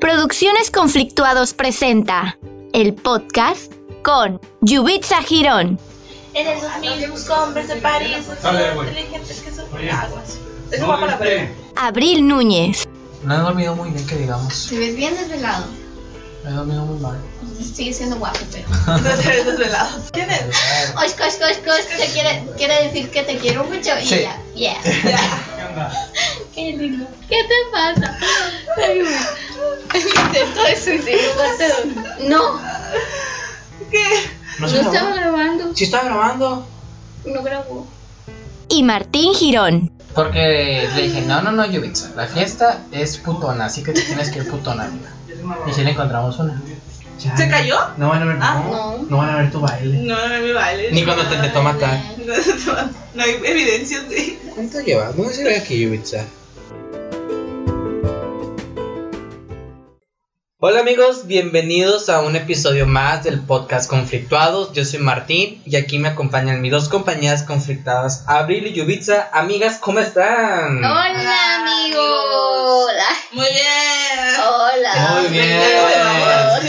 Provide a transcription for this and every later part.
Producciones Conflictuados presenta el podcast con Yubitsa Girón. En el 2000 buscó hombres de París, Dale, asesinos güey. inteligentes que Oye. sufren aguas. No, Eso va para este, ver. Abril Núñez. No he dormido muy bien, que digamos. Te ves bien desvelado. No he dormido muy mal. Sigue siendo guapo, pero. No te ves desvelado. ¿Quién es? Osh, cosh, cosh, cosh. Te quiere, quiere decir que te quiero mucho y Sí. ya. Yeah. Ya. ¿Qué onda? Qué lindo. ¿Qué te pasa? Ay, Este, güey. Intento de suicidio parte dos. no, no ¿Qué? No sé, estaba grabando. Si estaba grabando. No grabó. Y Martín Girón. Porque le dije, no, no, no, Yubitsa, la fiesta es putona, así que te tienes que ir putona, amiga. Y si le encontramos una. ¿Se cayó? No van a ver, Ah, no, no. no van a ver tu baile. No, no me vale. Ni cuando te, te toma tal. No, no, no hay evidencias de. ¿Cuánto llevas? ¿Dónde se ve aquí, Yubitsa? Hola amigos, bienvenidos a un episodio más del podcast Conflictuados. Yo soy Martín y aquí me acompañan mis dos compañeras conflictadas, Abril y Yubitsa. Amigas, ¿cómo están? Hola, Hola, amigo. amigos. Hola. Muy bien. Hola. Muy bien.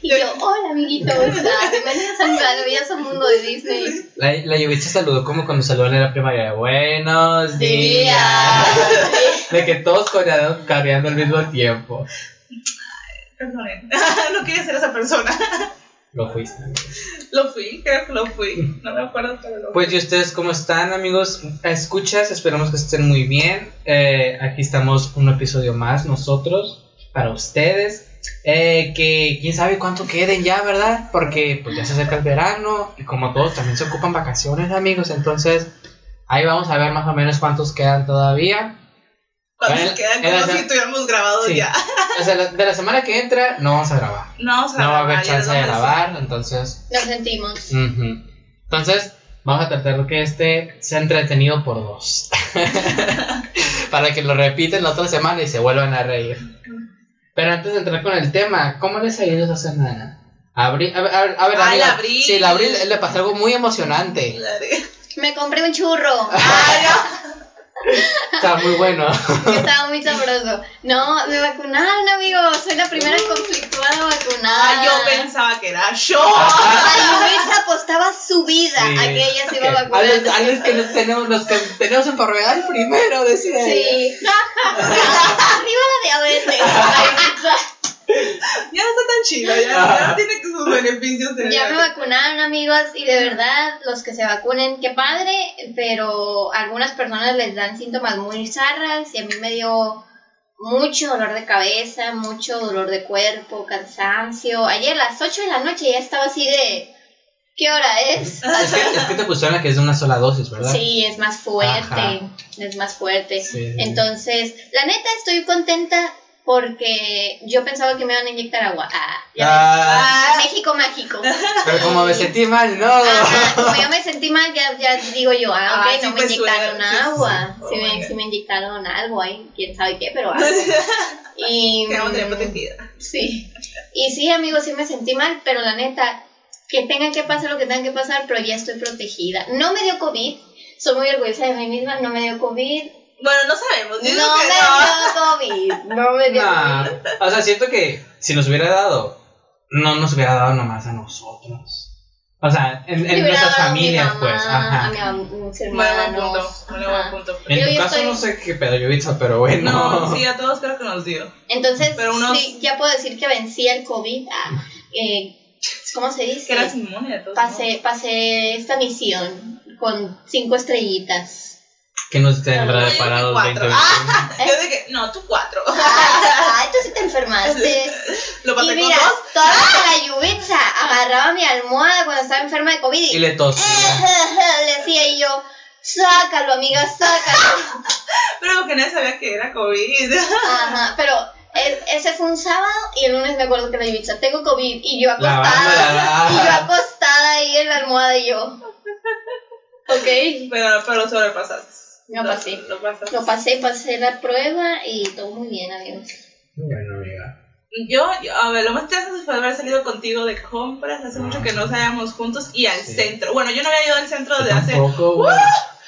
Y yo, hola, amiguito. Ah, Bienvenidos a Maravillas al Mundo de Disney. La, la Yubitsa saludó como cuando saludó en la primaria. Buenos días. De que todos coreados carreando al mismo tiempo. Perdonen. No quería ser esa persona. Lo fuiste. Lo fui, creo que lo fui. No me acuerdo, pero lo fui. Pues, ¿y ustedes cómo están, amigos? Escuchas, esperamos que estén muy bien. Eh, aquí estamos un episodio más nosotros para ustedes. Eh, que quién sabe cuánto queden ya, ¿verdad? Porque pues ya se acerca el verano y como todos también se ocupan vacaciones, amigos. Entonces, ahí vamos a ver más o menos cuántos quedan todavía. Cuando Bueno, se quedan era como esa- si tuviéramos grabado Sí. Oh, ya. O sea, la- de la semana que entra no vamos a grabar. No, o sea, No va a haber ya chance de vamos a- grabar, entonces Lo sentimos. Ujú. Entonces, vamos a tratar de que este sea entretenido por dos. Para que lo repiten la otra semana y se vuelvan a reír. Pero antes de entrar con el tema, ¿cómo les ha ido esa semana? Abri- a ver, a ver, a ver, Ay, amiga, Abril. Sí, la abril le pasó algo muy emocionante. Me compré un churro. Está muy bueno. que estaba muy sabroso. No, me vacunaron, amigo. Soy la primera conflictuada vacunada. Ah, yo pensaba que era yo. Ayubitsa apostaba su vida Sí. a que ella se iba a A vacunar. los, a los que nos tenemos, los que tenemos enfermedad el primero, decía ella. Sí. Arriba la diabetes. Ayubitsa. Ya no está tan chido, ya, ya Ah. tiene sus beneficios. de Ya verdad. me vacunaron, amigos, y de verdad, los que se vacunen, qué padre, pero algunas personas les dan síntomas muy zarras y a mí me dio mucho dolor de cabeza, mucho dolor de cuerpo, cansancio. Ayer a las 8 de la noche ya estaba así de, ¿qué hora es? Es que, es que te pusieron la que es de una sola dosis, ¿verdad? Sí, es más fuerte, Ajá. es más fuerte. Sí, sí. Entonces, la neta, estoy contenta porque yo pensaba que me iban a inyectar agua. Ah, ya Ah, ves. Ah, México mágico. pero como me sentí mal, no. Ajá, Ah, como yo me sentí mal, ya, ya digo yo, ah, Ah, ok, sí no me me suena, inyectaron sí, sí. agua, Oh sí, my me, God. sí me inyectaron algo ahí, quién sabe qué, pero algo. Y, Queremos tener mm, protegida. sí. y sí, amigos, sí me sentí mal, pero la neta, que tengan que pasar lo que tengan que pasar, pero ya estoy protegida. No me dio COVID, soy muy orgullosa de mí misma, no me dio COVID, Bueno, no sabemos. Yo digo no que me no. dio COVID, no me dio Nah, COVID. O sea, siento que si nos hubiera dado, no nos hubiera dado nomás a nosotros. O sea, en, en Le hubiera nuestras dado a mi familias, mamá, pues. Ajá. A mi am- mis Muy buen punto. hermanos. Muy ajá. buen punto. En Yo tu ya caso estoy- no sé qué pedo, Yubitsa, pero bueno. No, sí, a todos creo que nos dio. Entonces, Pero unos- sí, ya puedo decir que vencí el COVID. ah, eh, ¿Cómo se Que eras dice? inmune a todos. Pasé, pasé esta misión con cinco estrellitas. Que nos estén ¿no? Yo digo que preparados cuatro. 20 Ah, ¿Eh? Yo dije, no, tú cuatro. Ay, tú sí te enfermaste. Lo Y pasé con mira, dos. ¡Ah! toda la lluvia agarraba mi almohada cuando estaba enferma de COVID. Y Y le tosí. le decía y yo, sácalo, amiga, sácalo. Pero que nadie sabía que era COVID. Ajá, pero es- ese fue un sábado y el lunes me acuerdo que la lluvia, tengo COVID y yo acostada. Lavando la Y yo lava. acostada ahí en la almohada y yo. Ok. Pero, pero sobrepasaste. No Lo- pasé. Lo pasaste. Lo pasé, pasé la prueba y todo muy bien, amigos. Bueno, amiga. Yo, yo- a ver, lo más triste fue haber salido contigo de compras. Hace mucho que no salíamos juntos y al Sí. centro. Bueno, yo no había ido al centro desde hace. ¡Uh! Tampoco, güey.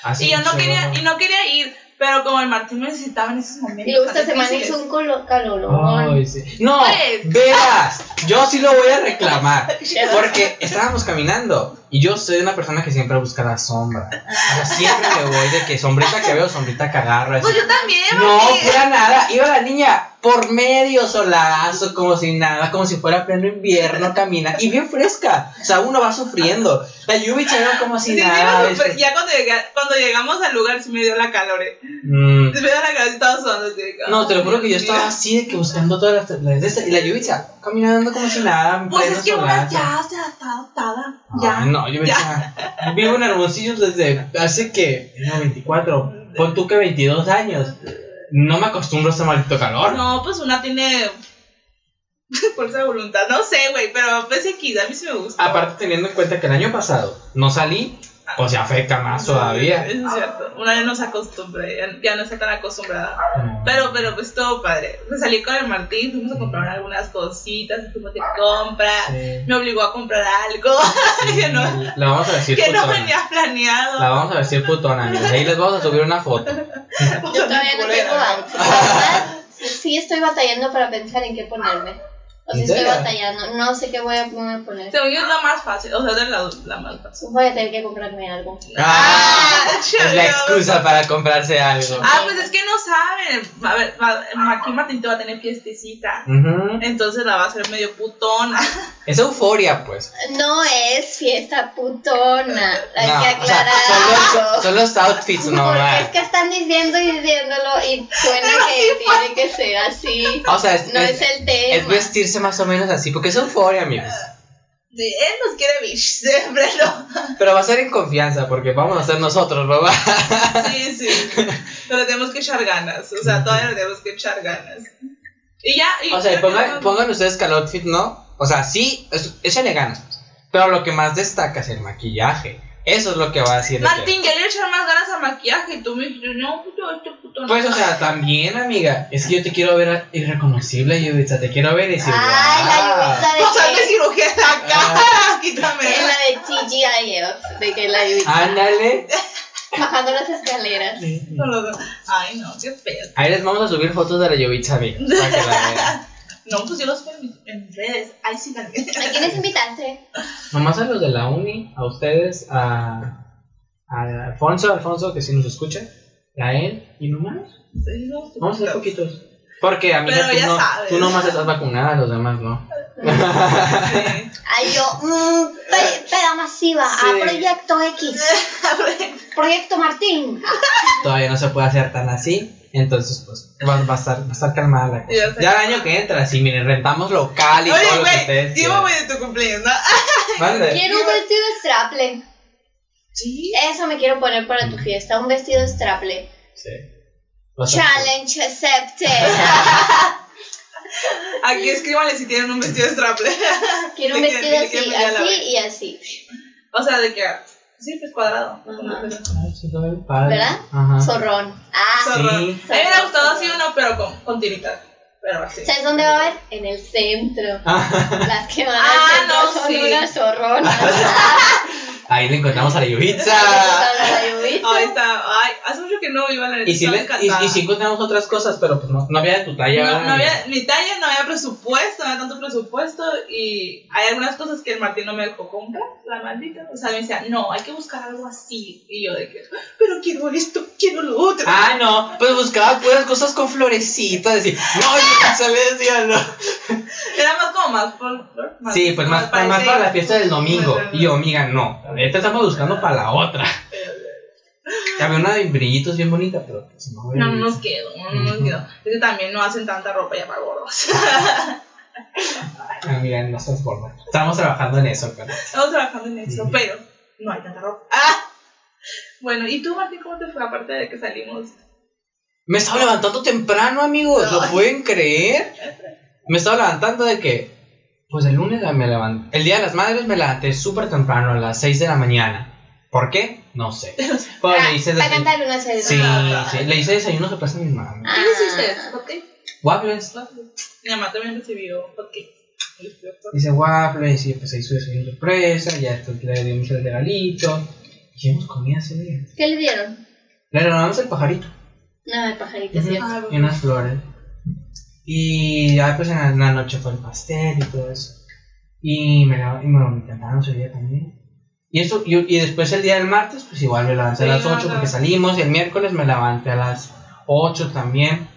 Hace Y yo no mucho- quería, y no quería ir. Pero como el Martín lo necesitaba en esos momentos. Y luego esta así semana difíciles. hizo un colo- calorón. Ay, sí. No, Pues. verás, yo sí lo voy a reclamar. Porque estábamos caminando y yo soy una persona que siempre busca la sombra. O sea, siempre me voy de que sombrita que veo, sombrita que agarro. así. Pues yo también, No, Martín. fuera nada. Iba la niña por medio solazo, como si nada, como si fuera pleno invierno, camina. Y bien fresca. O sea, uno va sufriendo. La lluvia se ve como si Sí, sí, nada. iba súper- ¿ves? ya cuando, llegué- cuando llegamos al lugar sí me dio la calor. eh. Mm. Me dio la calor, estaba sudando. así de que, No, te lo juro que yo Dios estaba mío. así de que buscando todas las... las de esas, y la lluvia caminando como si nada. Pues pleno es que una solazo. ya se está adaptada. Ah, Ya. no, yo pensaba, vivo en Hermosillo desde hace que, no, 24, pon tú que 22 años. No me acostumbro a este maldito calor. No, pues una tiene fuerza de voluntad. No sé, güey, pero pues aquí, a mí sí me gusta. Aparte teniendo en cuenta que el año pasado no salí, pues se afecta más todavía. Eso es cierto. Una ya no se acostumbra, ya, ya no está tan acostumbrada. Mm. Pero, pero, pues todo padre. Me salí con el Martín, fuimos a comprar algunas cositas, fuimos de compra. Sí, Me obligó a comprar algo sí. que no, La vamos a decir que no putona. venía planeado. La vamos a decir putona, amigos. Ahí les vamos a subir una foto. Yo todavía no Culera, tengo datos. La verdad, Sí estoy batallando para pensar en qué ponerme. O sea, ¿En estoy serio? batallando. No sé qué voy a voy a poner. Según yo es la más fácil, o sea, es la, la más fácil. Voy a tener que comprarme algo. Ah, es la chale, excusa para comprarse algo. Ah, pues es que no saben. A ver, va- aquí Martín te va a tener fiestecita. Ujú. Entonces la va a hacer medio putona. Es euforia, pues. No es fiesta putona. Hay No, que o sea, aclarar solo, algo. solo los outfits, no Porque más. es que están diciendo y diciéndolo y suena que tiene que ser así. O sea, es, No es- es el tema. es vestirse más o menos así, porque es euforia, amigos. Sí, él nos quiere bitch, siempre no. Pero va a ser en confianza, porque vamos a ser nosotros, ¿verdad? Sí, sí. Pero tenemos que echar ganas. O sea, todavía le tenemos que echar ganas. Y ya. Y O sea, y creo que pongan, no- pongan ustedes que al outfit, ¿no? O sea, sí, es- échale ganas. pues. Pero lo que más destaca es el maquillaje. Eso es lo que va a decir. Martín, yo le voy a echar más ganas al maquillaje. Y tú me dices, no, puto, este puto. no. Pues, o sea, también, amiga, es que yo te quiero ver irreconocible, Yubitsa, te quiero ver y decir, Ay, la O sea, me lluvia cirugía en la cara. Quítame. de que es la de TGIF, de que la lluvia Ándale. bajando las escaleras. No lo veo. Ay, no, qué feo. Ahí les vamos a subir fotos de la Yubitsa, amiga, para que la vean. No, pues yo los veo en mis- en mis redes. Ay, sí, la ¿A quiénes invitaste? Nomás a los de la uni, a ustedes, a, a Alfonso, Alfonso que sí nos escucha, a él, y nomás. Sí, no, Vamos a ser poquitos. Porque a mí Pero tú, ya no, sabes. tú nomás estás vacunada, los demás no. Sí. Ay, yo, mmm, pe- peda masiva Sí. a Proyecto X, Proyecto Martín. Todavía no se puede hacer tan así. Entonces, pues, va, va a, estar, va a estar calmada la Ya cosa. sé. Ya el año que entra, sí, miren, rentamos local y todo Oye, lo que ustedes güey, quieran. llévame de tu cumpleaños, ¿no? Mande. Quiero un vestido straple. Sí. Eso me quiero poner para tu fiesta, un vestido straple. Sí. Va a estar Challenge accepted. Aquí escríbanle si tienen un vestido straple. Quiero un Le quieren- vestido le quieren así, meter a la así y así. O sea, de que. Sí, pues cuadrado. Ajá. cool. Ay, sí, está bien padre. ¿Verdad? Ajá. Zorrón. Ah, Zorro. A mí Sí. me hubiera gustado así uno, pero con, con tiritas. Pero así. ¿sabes dónde va a haber? En el centro. Las que van al Ah, centro no, son sí. unas zorronas. Ahí le encontramos a la Yubitsa. La lluvia. Ahí está. Ay, hace mucho que no iba a la neta, Y si, estaba le, y, encantada. y sí encontramos otras cosas, pero pues no, no había de tu talla. No, ¿verdad, no amiga? había ni talla, no había presupuesto, no había tanto presupuesto y hay algunas cosas que el Martín no me dejó comprar, la maldita. O sea, me decía, no, hay que buscar algo así. Y yo de que, pero quiero esto, quiero lo otro. Ah, no, pues buscaba puras cosas con florecitas. Decir, no, Yubitsa, le decía, no. Era más como más por... por- más- Sí, pues más, más, parece- para la fiesta del domingo. Y yo, amiga, no. Esta estamos buscando para la otra. Ya había una de brillitos bien bonita, pero pues no. No, no Yubitsa. nos quedó, no, no nos Ujú. quedó. Es que también no hacen tanta ropa ya para gordos. Amiga, no seas gorda. Estamos trabajando en eso, pero. Estamos trabajando en eso, Ujú. pero no hay tanta ropa. ¡Ah! Bueno, ¿y tú, Martín, cómo te fue? Aparte de que salimos. Me estaba levantando temprano, amigos. ¿Lo pueden creer? Me estaba levantando de que. Pues el lunes me levanté. El día de las madres me levanté súper temprano, a las 6 de la mañana. ¿Por qué? No sé. Pero Ah, le hice Para desayuno. cantar una serie. Sí, sí, le hice desayuno sorpresa a mi mamá. Ah. ¿Qué les hiciste? ¿Ok? Waffles. Mi mamá también recibió ok. Dice waffles y pues ahí su desayuno sorpresa. Ya después le dimos el regalito. Hicimos comida ese día. ¿Qué le dieron? Le regalamos el pajarito. No, de pajaritos, Ujú. ¿cierto? Ah, y unas flores. Y ya pues en la, en la noche fue el pastel y todo eso. Y me, la- y me encantaron su día también. Y, eso, y, y después el día del martes, pues igual me Sí, levanté a las no, 8 no. porque salimos. Y el miércoles me levanté a las 8 también.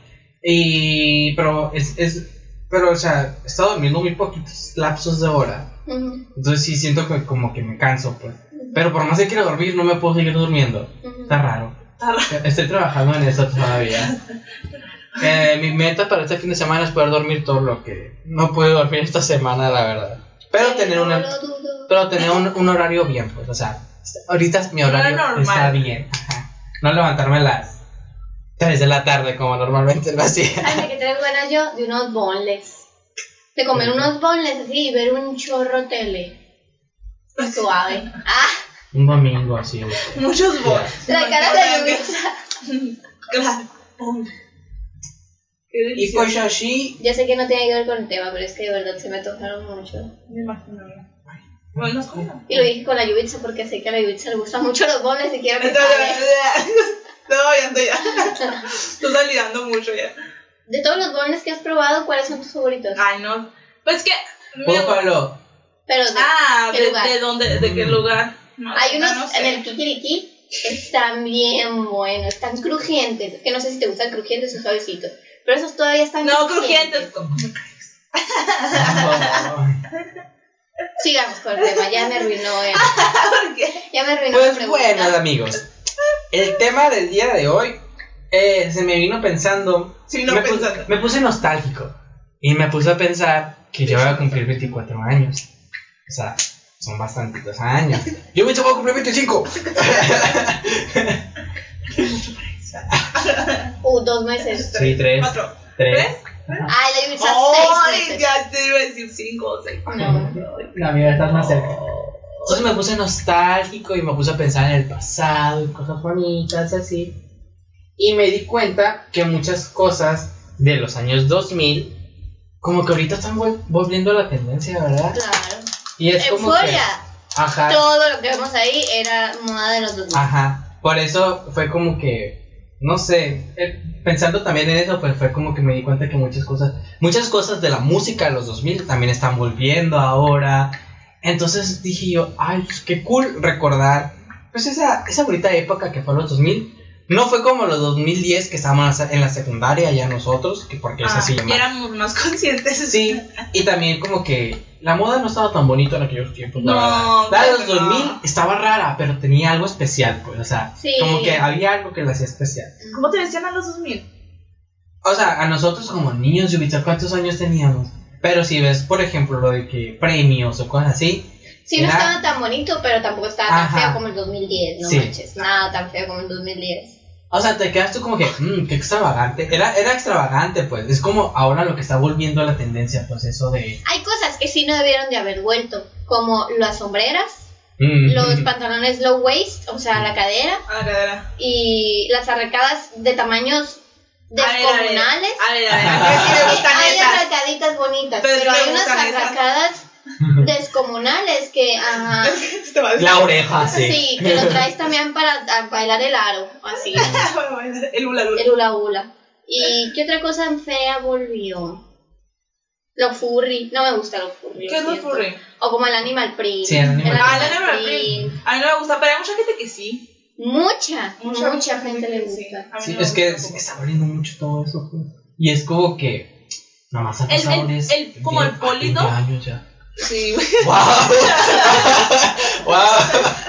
Y, pero, es, es, pero, o sea, he estado durmiendo muy poquitos lapsos de hora. Ujú, Entonces sí siento que como que me canso, pues. ujú, Pero por más que quiera dormir, no me puedo seguir durmiendo. ujú. Está raro. Estoy trabajando en eso todavía. Eh, mi meta para este fin de semana es poder dormir todo lo que no pude dormir esta semana, la verdad. Pero tener no una, lo dudo. pero tener un, un horario bien, pues, o sea, está- ahorita es mi Hora horario normal. está bien. ajá. No levantarme a las 3 de la tarde como normalmente lo hacía. Ay, la que traigo ganas yo de unos bonles. De comer unos bonles así y ver un chorro tele. Suave. Ah, Un domingo así. güey. Muchos bots. la cara de Yubitsa. Claro. Qué Y delicioso. cosas así. Yo sé que no tiene que ver con el tema, pero es que de verdad se me antojaron mucho. Me imagino. Ay, Bueno, no comida. Y lo dije con la Yubitsa porque sé que a la Yubitsa le gustan mucho los bonles y quiero que sabe. No, ya ando ya. Tú estás lidiando mucho ya. De todos los bonles que has probado, ¿cuáles son tus favoritos? Ay, no. Pues que. me- Búfalo. Pero de- Ah, ¿Qué de, lugar? de dónde, de qué Mm. lugar. No, hay no, unos no sé. en el Kikiriki están bien buenos, están crujientes. Que no sé si te gustan crujientes o suavecitos. Pero esos todavía están No, crujientes. como- Sigamos con el tema, ya me arruinó el- ¿Por qué? Ya me arruinó la Pues pregunta. bueno, amigos. El tema del día de hoy eh, se me vino pensando. Sí, no me, puse- pensando. me puse nostálgico. Y me puse a pensar que yo voy a cumplir 24 años. O sea, son bastantitos años. Yo me voy a cumplir 25. Uh, dos meses. Sí, tres. Cuatro. Tres. Ay, la Yubitsa seis Ay, meses. ya te iba a decir cinco o seis. No. La vida está más cerca. Entonces me puse nostálgico y me puse a pensar en el pasado y cosas bonitas y así. Y me di cuenta que muchas cosas de los años 2000, como que ahorita están vol- volviendo a la tendencia, ¿verdad? Claro. Y es como que. Euforia. Ajá. Todo lo que vemos ahí era moda de los Ah, dos. mil. Ajá. Por eso fue como que, no sé, eh, pensando también en eso, pues fue como que me di cuenta que muchas cosas, muchas cosas de la música de los 2000 también están volviendo ahora. Entonces dije yo, ay, pues, qué cool recordar, pues esa, esa bonita época que fue los 2000. No fue como los 2010 que estábamos en la secundaria ya nosotros, que porque es Ah, así. y éramos más conscientes. Sí, y también como que la moda no estaba tan bonita en aquellos tiempos. la No, verdad. la de los claro que 2000 no. estaba rara, pero tenía algo especial, pues, o sea, Sí. como que había algo que la hacía especial. ¿Cómo te decían a los 2000? o O sea, a nosotros como niños, Yubitsa, ¿cuántos años teníamos? Pero si ves, por ejemplo, lo de que premios o cosas así, Sí, no Era- estaba tan bonito, pero tampoco estaba tan Ajá. feo como el 2010, no Sí. manches. Nada tan feo como el 2010. o sea, te quedas tú como que, mmm, qué extravagante. Era, era extravagante, pues, es como ahora lo que está volviendo a la tendencia, pues, eso de... Hay cosas que sí no debieron de haber vuelto, como las sombreras, mm, los pantalones low waist, o sea, la cadera, A la cadera. y las arracadas de tamaños descomunales. A ver, a ver. A ver, Porque a ver, si me gustan hay esas. arracaditas bonitas, Pero pero, sí me hay unas gustan esas. arracadas descomunales que, ajá, Es que te va a La oreja, Ah, sí. sí, que lo traes también para a bailar el aro, así, El hula hula. el hula hula. ¿Y qué otra cosa fea volvió? Lo furry, no me gusta lo furry. ¿Qué es lo siento. furry? O como el animal print. Sí, el animal print. Ah, el animal A mí no me gusta, pero hay mucha gente que sí. Mucha, mucha, gente gente que le sí. gusta. A mí Sí, no me es que gusta se tampoco. está abriendo mucho todo eso, pues. Y es como que. Nada más ha El- pasado el- diez- el- como el diez- pólido. 20 años ya. Sí, ¡Wow! ¡Wow!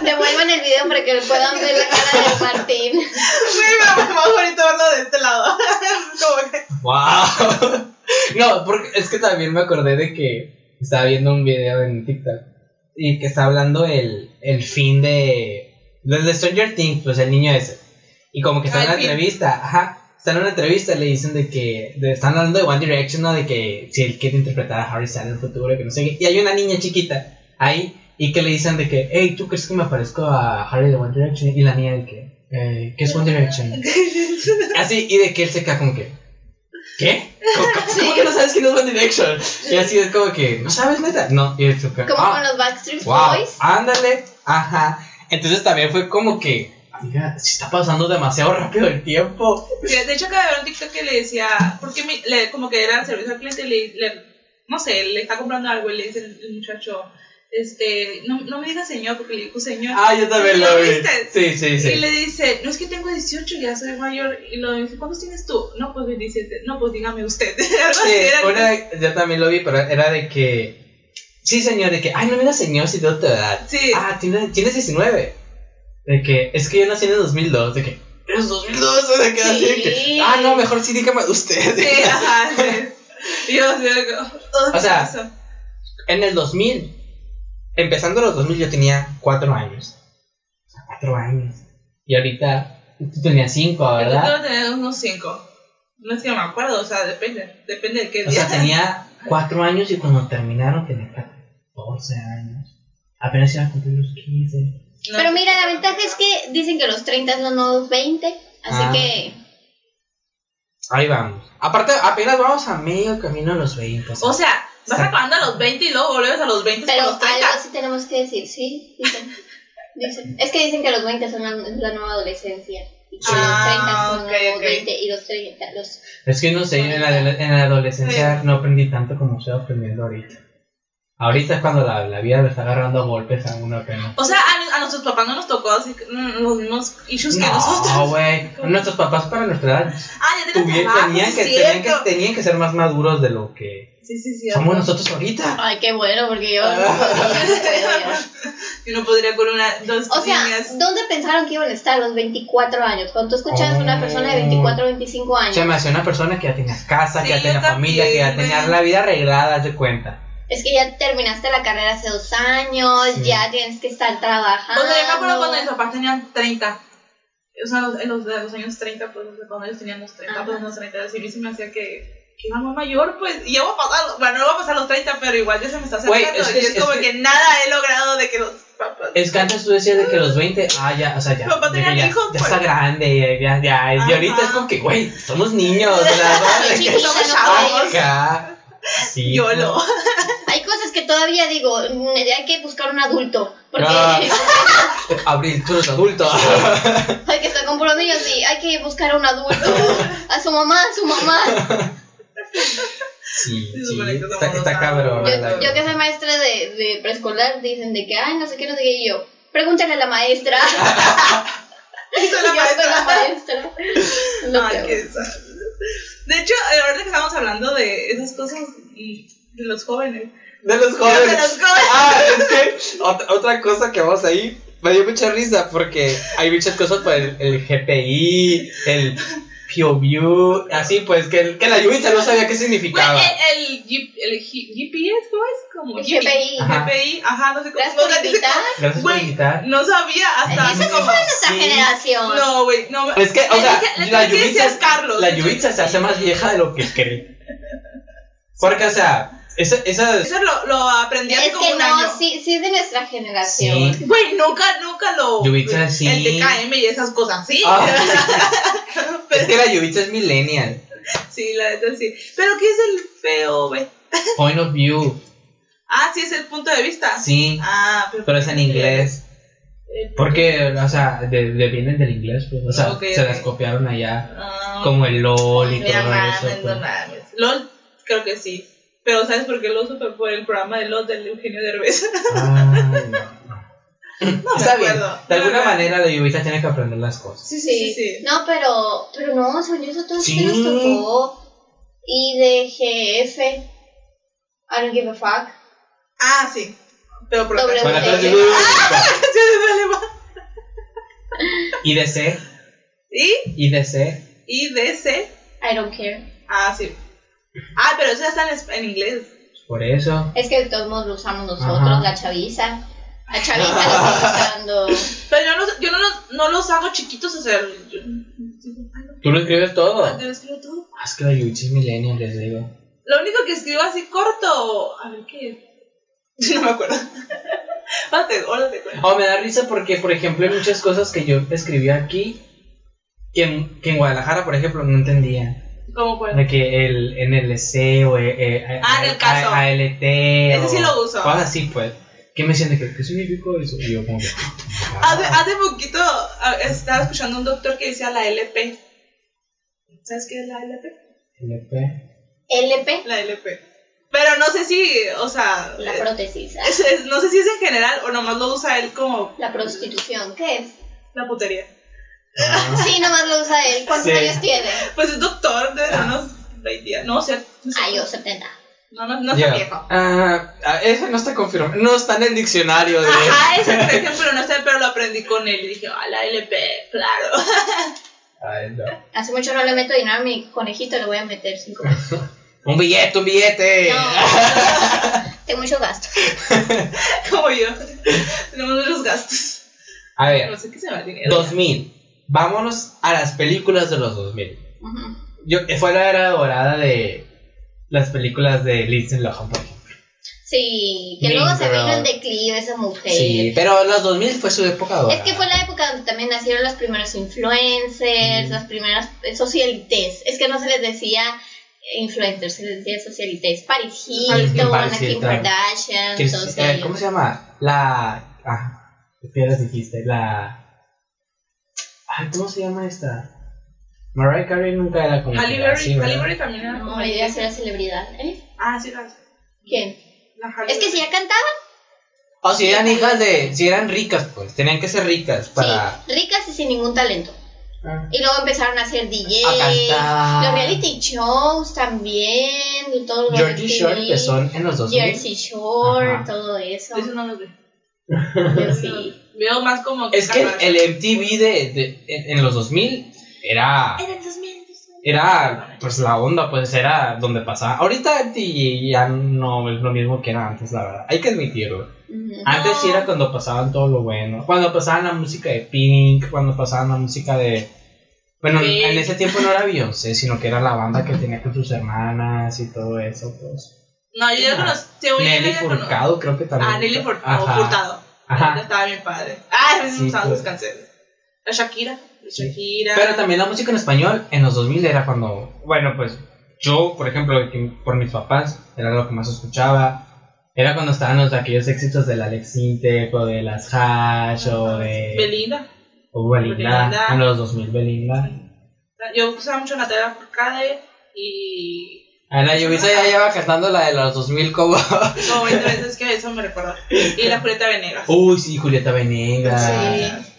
Devuelvan el video para que puedan ver la cara de Martín. Güey, pero me va ahorita verlo de este lado. Como que. ¡Wow! No, porque es que también me acordé de que estaba viendo un video en TikTok y que está hablando el, el fin de. Desde Stranger Things, pues el niño ese. Y como que está Ah, en una el fin. entrevista, ajá. Está en una entrevista y le dicen de que. de- están hablando de One Direction, ¿no? De que si él quiere interpretar a Harry Styles en el futuro, que no sé qué. Y hay una niña chiquita ahí y que le dicen de que, hey, ¿tú crees que me parezco a Harry de One Direction? Y la niña de que, eh, ¿qué es One Direction? Así, y de que él se queda como que, ¿qué? ¿Cómo, cómo- cómo que no sabes quién es One Direction? Y así es como que, ¿no sabes, neta? No, y él se queda, Como "Ah". con los Backstreet Wow, Boys. ándale, ajá. Entonces también fue como que Diga, se está pasando demasiado rápido el tiempo. Mira, De hecho, acaba de ver un TikTok que le decía, porque mi- le- como que era servicio al cliente, le, le- no sé, le está comprando algo y le dice el, el muchacho, este, no, no me digas señor, porque le digo señor. Ah, yo también lo vi. viste? Sí, sí, Y sí. le dice, no es que tengo 18, ya soy mayor. Y lo dice, ¿cuántos tienes tú? No, pues 27. No, pues dígame usted. Algo así Sí, era. una de- yo también lo vi, pero era de que. Sí, señor, de que. Ay, no me digas señor si de otra edad. Sí. Ah, tiene- tienes 19. De que. Es que yo nací en el 2002. De que. ¿Eres 2002? De que, así de que, Sí. Ah, no, mejor sí dígame usted. Sí, ajá, sí. Y yo así de que, oh, O sea, eso. En el 2000. Empezando los 2000 yo tenía 4 años. 4 años. Y ahorita tú tenías 5, Yo ¿verdad? creo que tenía unos 5. No es que no me acuerdo, o sea, depende. Depende de qué O sea, día. tenía 4 años y cuando terminaron tenía 14 años. Apenas iba a cumplir los 15. No. Pero mira, la ventaja es que dicen que los 30 son los nuevos 20, así Ah. que Ahí vamos. Aparte, apenas vamos a medio camino a los 20. O sea, vas Está- acabando a los 20 y luego volvemos a los 20 Pero con los 30. algo sí tenemos que decir, sí, dicen. dicen. Es que dicen que los 20 son la, la nueva adolescencia. Y que Ah, los 30 son ok, los ok. 20 y los 30 los... es que no sé, yo en la, en la adolescencia no aprendí tanto como estoy aprendiendo ahorita. Ahorita es cuando la, la vida me está agarrando a golpes a uno apenas. O sea, a, a nuestros papás no nos tocó así, que- mm, los mismos issues que No, nosotros. güey. Nuestros papás para nuestra edad Ah, ya tengo tuvieron- trabajo, tenían, sí, que, cierto. tenían, que, tenían que ser más maduros de lo que Sí, sí, sí. somos nosotros ahorita. Ay, qué bueno, porque yo... no podría, no podría. Yo no podría con una, dos O sea, niñas. ¿dónde pensaron que iban a estar los 24 años? Cuando tú escuchas a Oh. una persona de 24 25 años, Se me hacía una persona que ya tenía casa, Sí, que ya yo tenía familia, que ya también, tenía güey. la vida arreglada, haz de cuenta. es que ya terminaste la carrera hace dos años, Sí. ya tienes que estar O trabajando. sea, yo me acuerdo cuando mis papás tenían 30. O sea, los- en los, de los años 30, pues o sea, cuando ellos tenían los 30, Ajá. pues los 30, así a mí se me hacía que, que iba más mayor, pues, y ya voy a pasar, bueno, no voy a pasar los 30, pero igual ya se me está acercando. Güey, es que- y es, es como que- que... nada he logrado de que los papás. Es que antes tú decías de que los 20, ah, ya, o sea, ya. Mi papá de que tenía ya, hijos, ya pues. está grande, ya, ya. Y ahorita Ajá. es como que, güey, somos niños, o sea, ¿no? De Ay, que- chiquita, somos no chavos. puedes. Acá. Sí. YOLO. Hay cosas que todavía digo, mm, hay que buscar un adulto. Porque Ah. Abril, tú eres adulto. hay que estar con puros niños y hay que buscar un adulto. A su mamá, a su mamá. Sí, Se sí. supone que somos Está, está adultos. cabrón, Yo, ¿verdad? yo que soy maestra de, de preescolar, dicen de que, ay, no sé qué, no sé qué. Y yo, pregúntale a la maestra. Hizo Yo la soy la maestra. maestra. Lo Ay, peor. qué sad. De hecho, eh, ahorita que estamos hablando de esas cosas y de los jóvenes. De los De los jóvenes. jóvenes. Ah, es que otra, otra cosa que vamos ahí me dio mucha risa porque hay muchas cosas por el, el GPI, el POV, así pues que, que la Yuvitsa no sabía qué Güey, eh, significaba. el, el, G- el G- GPS, ¿cómo es? Como El GPI. GPI. Ajá. GPI, ajá, no sé cómo. Gracias por o sea, dice invitar. Gracias por Güey, invitar. No sabía hasta Eso hace sí como. fue nuestra Sí. generación. No, güey, no. me- Es que, o Le sea, dije- le la dije que Yuvitsa, seas Carlos. la Yuvitsa se hace más vieja de lo que cree. Porque, o sea, esa, esa Eso lo, lo aprendí hace Es como que un no, año. sí, sí es de nuestra generación. Sí. Güey, nunca, nunca lo. Yuvitsa, sí. El DKM y esas cosas, sí. Ah. es que la Yuvitsa es millennial. Sí, la neta sí. Pero ¿qué es el POV? Point of view, Ah, sí, es el punto de vista. sí, Ah, pero. pero es en inglés. Eh, Porque, o sea, de, de- vienen del inglés, pues, o sea, Ok, se ok. las copiaron allá, ah, como el LOL y me todo mames, eso. no pues. mames. LOL, creo que sí. Pero ¿sabes por qué lo supe? Por el programa de LOL del Eugenio Derbez. Ay, no. me Está bien, acuerdo. de alguna No, no. manera la Yuvitsa tiene que aprender las cosas. Sí, No, pero, pero no, según yo, eso todo sí. Sí. nos tocó. Y de GF. I don't give a fuck. Ah, sí. Pero por Doble acá. Bueno, W. entonces, Sí, de Belema. IDC, ¿Y? IDC, ¿Y DC? I don't care. Ah, sí. Ah, pero eso ya está en, es- en inglés. por eso. Es que de todos modos lo usamos nosotros, Ajá. la chaviza. La chaviza lo está usando. Pero yo, no, yo no, los, no los hago chiquitos, o sea, yo, Tú lo escribes todo. yo escribo todo. Ah, Es que la Yuichi es millennial, les digo. Lo único que escribo así corto, a ver qué es. No me acuerdo. Ahora te- ahora te cuento. Oh, me da risa porque, por ejemplo, hay muchas cosas que yo escribí aquí que en, que en Guadalajara, por ejemplo, no entendía. ¿Cómo cuál? De que el NLC o eh, eh, Ah, en el caso. ALT. Ese sí lo uso. Cosas así, pues. ¿Qué me decían de que, qué significa eso? Y yo como que... Hace, "Ah". hace poquito ah, estaba escuchando a un doctor que decía la LP. ¿Sabes qué es la LP? LP. LP, La LP. Pero no sé si, o sea, la eh, prótesis. ah, es- es- no sé si es en general o nomás lo usa él como La prostitución, ¿qué es? la putería. Ah. Sí, nomás lo usa él. ¿Cuántos Sí. años tiene? Pues es doctor de unos 20 años. No, o sea, no, sé. Ah, yo 70. no, no, no está Ya. viejo. Ah, ah, ese no está confirmado. No está en el diccionario de... Ajá, esa expresión, pero no sé, pero lo aprendí con él y dije, ah, la LP, claro. Ay, no. Hace mucho no le meto dinero a mi conejito, le voy a meter 5 pesos. Un billete, un billete. No, tengo mucho gasto. Como yo. Tenemos muchos gastos. A No ver, sé qué se va el dinero. 2000. Vámonos a las películas de los 2000. Ujú. Yo, fue la era dorada de las películas de Lindsay Lohan, por ejemplo. Sí, que Bien, luego se pero- vino en declive esa mujer. Sí, pero los 2000 fue su época dorada. Es que fue la época donde también nacieron los primeros influencers, Mm. las primeras eh, socialites. Es que no se les decía influencers, se les decía socialites. Paris Hilton, Paris Kim Hilton. Kardashian, Que es- todos eh, ellos. ¿Cómo se llama? La. Ah, ¿qué ya las dijiste? La. Ah, ¿Cómo se llama esta? Mariah Carey nunca era como. Halle que Berry, así, ¿verdad? Halle Berry también era No, como la idea ella. era celebridad, ¿eh? Ah, sí, la, ¿Quién? la Halle Es que si ya cantaban, O si eran hijas de. Si eran ricas, pues. Tenían que ser ricas para. sí, ricas y sin ningún talento. Ah. Y luego empezaron a ser DJs, A cantar. los reality shows también, y todo lo Georgie de Shore TV, empezó en los 2000. Jersey Shore, Ajá. todo eso. Berry. Eso no lo veo. Yo sí. Sí. Veo más como. Es que Kardashian. el MTV de, de- en, en los 2000 era. Era el 2000. Era pues la onda, pues era donde pasaba. Ahorita MTV ya no es lo mismo que era antes, la verdad. Hay que admitirlo. Ujú. Antes sí era cuando pasaban todo lo bueno. Cuando pasaban la música de Pink, cuando pasaban la música de. Bueno, Sí. en ese tiempo no era Beyoncé, sino que era la banda que tenía con sus hermanas y todo eso. Pues. No, yo ya Ah, conocí. según yo Nelly ya conocí- Furcado, creo que también. Ah, Nelly Furtado. Ajá. Furtado. Ajá. Estaba bien padre. Ah, a veces Sí, me usaban pues. sus canciones. La Shakira. La Sí. Shakira. Pero también la música en español en los 2000 era cuando, bueno, pues yo, por ejemplo, que por mis papás, era lo que más escuchaba. Era cuando estaban los de aquellos éxitos del Alex Sintec o de las Hash o de Belinda. o Belinda, Belinda. en los 2000 Belinda. Yo usaba mucho Natalia Furcade y. A la Yubisa ya lleva cantando la de los 2000 como... Como 20 veces que eso me recuerda. Y la Julieta Venegas. Uy, sí, Julieta Venegas. Sí.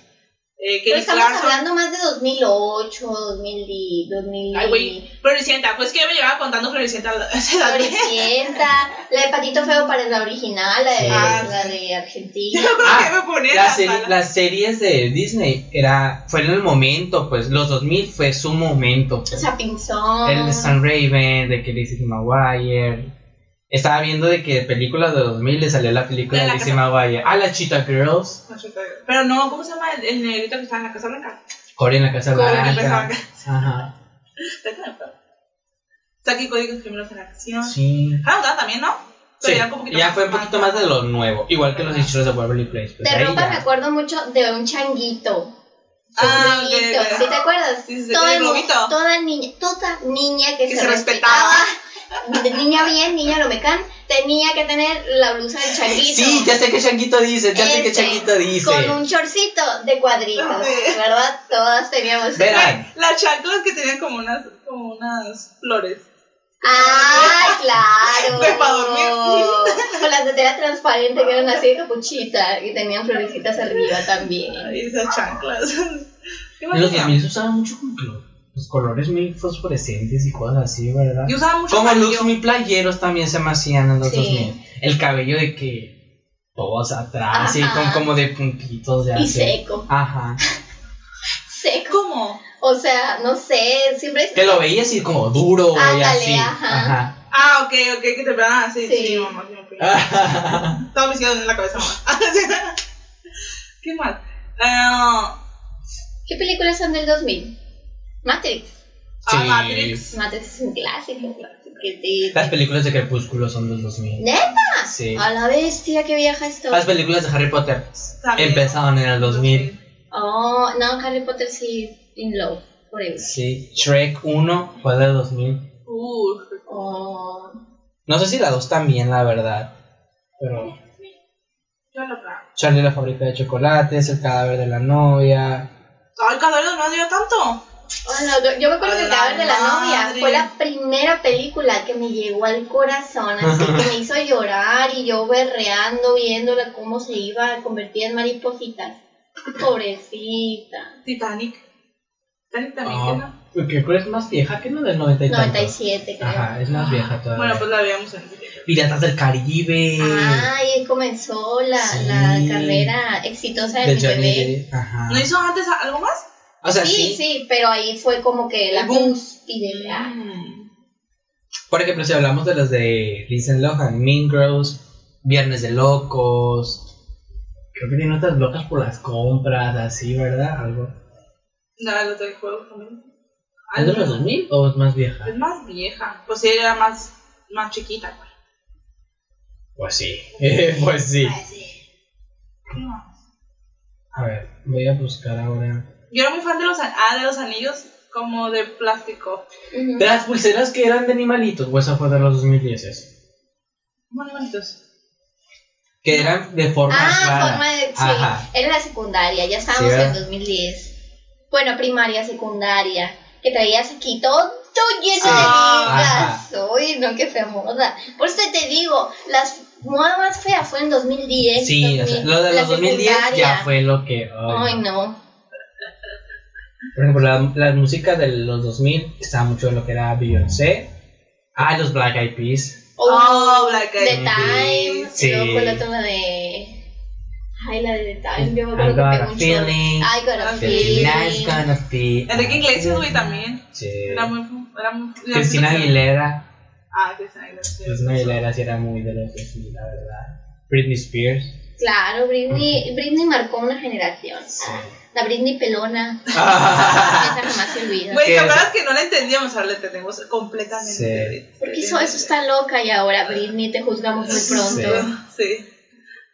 Eh, Pero Kelly estamos Clarkson. hablando más de 2008, 2010, 2000. Ay, güey, Floricienta, pues que yo me llevaba contando Floricienta a Ah, esa edad. Floricienta, la de Patito Feo para la original, la de, Sí. la de Argentina. Yo creo Ah, que me ponía en La la seri- sala. las series de Disney era fue en el momento, pues los 2000 fue su momento. pues. Sapinzón. El San Raven, de que Lizzie Maguire. Estaba viendo de que películas de 2000 le salió la película De de la Lizzie Maguire. Ah, la Cheetah Girls. Pero no, ¿cómo se llama el, el negrito que estaba en la Casa Blanca? Corre en la Casa Corre en la Blanca. Casa Ajá. Saque códigos primeros en acción. Sí. Ah, ¿verdad? también, ¿no? Pero Sí, ya, un poquito ya más fue un poquito más de lo nuevo. Igual que los hechizos de Waverly Place. pues, de ahí ropa ya. me acuerdo mucho de un changuito. Ah, Changuito, de- de- ¿Sí te acuerdas? Sí, sí, Todo del el mu- globito. toda niña, toda niña que, Que se respetaba. respetaba, de niña bien, niña lo mecan, tenía que tener la blusa del changuito. Sí, ya sé que Changuito dice. Ya sé que Ese, Changuito dice. Este, Con un chorcito de cuadritos, Sí. ¿verdad? Todas teníamos. Verá. Güey, Las chanclas que tenían como unas, como unas flores. ¡Ah, claro! De pa' dormir. Con las de tela transparente que eran así de capuchita y tenían florecitas arriba también. Ay, esas chanclas. ¿Qué más En los tenía? 2000 se usaba mucho con clo- los colores muy fosforescentes y cosas así, ¿verdad? Yo usaba mucho Como amarillo. looks muy playeros también se me hacían en los Sí. 2000. El cabello de que todos atrás y Ajá. con como de puntitos de Y así. seco, Ajá. seco. ¿Cómo? O sea, no sé, siempre es. Que lo veías y como duro y Ándale, así. ajá. Ajá. Ah, ok, ok, que te pegaban así. Sí, Sí. mamá, sí, me Ah. pegaban. Todo me hicieron en la cabeza, mamá. ¿Qué más? Ah, ¿Qué películas son del 2000? Matrix. Ah, Sí. Matrix. Matrix es un clásico. Que te- Las películas de Crepúsculo son los 2000. ¿Neta? Sí. A la bestia, que vieja estoy. Las películas de Harry Potter También. empezaron en el 2000. Oh, no, Harry Potter sí, in love, forever. Sí. Shrek 1 fue del 2000. Uh, Oh, No sé si la 2 también, la verdad. Pero Yo lo plan. Charlie la fábrica de chocolates, el cadáver de la novia. Ay, Cadero no dio tanto. Oh, no, yo- yo me acuerdo A que el la cadáver de la novia madre. fue la primera película que me llegó al corazón, así que me hizo llorar y yo berreando, viéndola cómo se iba a convertir en maripositas. Pobrecita. Titanic. Titanic también, Ah, ¿no? Porque creo que es más vieja que no del 90 y tantos. 97, creo. Ajá, es más vieja todavía. Bueno, pues la veíamos en el video. Piratas del Caribe. Ah, y ahí comenzó la, Sí. la carrera exitosa de, de mi Johnny bebé. Depp. Ajá. ¿No hizo antes algo más? O sea, sí, sí. sí, pero ahí fue como que la El boom. cúspide. la- Mm. Por ejemplo, si hablamos de las de Lindsay Lohan, Mean Girls, Viernes de Locos. Creo que tiene otras locas por las compras, así, ¿verdad? Algo. La del otro juego también. ¿Es de los 2000 o es más vieja? Es más vieja. Pues sí, era más, más chiquita. güey. Pues sí. pues sí. ¿Qué más? A ver, voy a buscar ahora. Yo era muy fan de los, an- ah, de los anillos como de plástico. Ujú. De las pulseras que eran de animalitos, o esa fue de los 2010. Muy bonitos. Que eran de forma Ah, rara. forma de. Sí, Ajá. era la secundaria, ya estábamos Sí, en ¿verdad? 2010. Bueno, primaria, secundaria. Que traías aquí todo lleno Ah, de ligas. Uy, no, qué fea moda. Por eso te digo, las moda más fea fue en 2010. Sí, o sea, 2000, lo de la los 2010 ya secundaria. fue lo que. ay, Ay, no. no. Por ejemplo, la, la música de los 2000 estaba mucho lo que era Beyoncé. Ah, los Black Eyed Peas. Oh, Black The Eyed Time. Sí. Luego fue la otra de. Ay, la de The Time. Yo me I acuerdo que got a pegó un show. feeling. I got a That Tonight's feeling. gonna be. Enrique Iglesias, güey, también. Sí. Era muy. Era muy Cristina Aguilera. Ah, Cristina Aguilera. sí. Cristina Aguilera sí era muy de los 2000, la verdad. Britney Spears. Claro, Britney, Britney marcó una generación. La Britney pelona. Esa jamás se olvida. Güey, ¿Qué ¿te es? acuerdas que no la entendíamos? Ahora la entendemos completamente. Sí. Porque eso, eso está loca y ahora Britney te juzgamos muy pronto. Sí,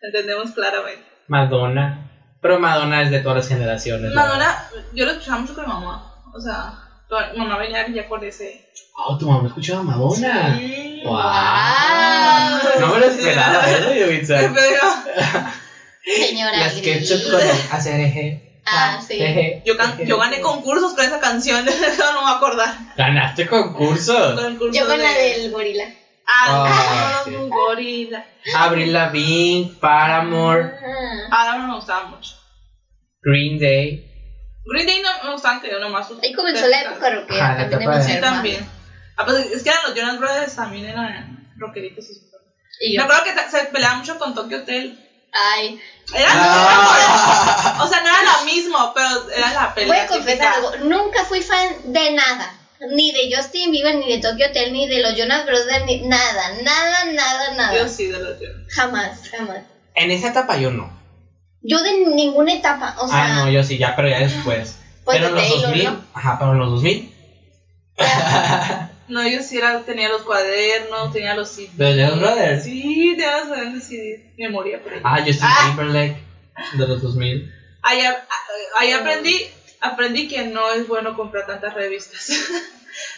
la entendemos claramente. Madonna. Pero Madonna es de todas las generaciones. la verdad. Madonna, yo lo escuchaba mucho con mi mamá. O sea, con- mamá venía ya con ese. Oh, tu mamá escuchaba a Madonna. Mm. Ah. ¡Wow! No me lo esperaba, ¿verdad, Yovitza? Pero Señora Las que Gris. hecho con hacer eje. Ah, sí. eje, yo, gan- eje. yo gané concursos con esa canción, eso no me voy a acordar. Ganaste concursos. Concursos Yo con la del gorila. Ah, Ah, sí. no, gorila. Abril Lavigne, Paramore, Ah. Ahora no me gustaba mucho. Green Day. Green Day no me gustaban, creo, nomás. sus- Ahí comenzó la época rockera. Ajá, la También etapa hemos de- Sí, hermanos. también. Ah, pues es que eran los Jonas Brothers, también eran rockeritos. y super- Y Me yo, acuerdo que ta- se peleaban mucho con Tokyo Hotel. ay, Era, Ah. era por- o sea, no era lo mismo, pero era la pelea. voy a confesar típica. algo. Nunca fui fan de nada. Ni de Justin Bieber, ni de Tokyo Hotel, ni de los Jonas Brothers, ni nada, nada, nada, Yo nada. sí, de los Jonas. Jamás, jamás. En esa etapa yo no. Yo de ninguna etapa, o sea, ah, no, yo sí, ya, pero ya después. pues pero en los de Taylor, 2000. ¿no? Ajá, pero en los 2000. No, yo sí era, tenía los cuadernos, tenía los CDs. ¿De los Jonas Brothers? Sí, tenía los cuadernos y CDs. Me moría por ellos. Ah, Justin Ah. Timberlake. De los 2000. Ahí, a- ahí aprendí, aprendí que no es bueno comprar tantas revistas.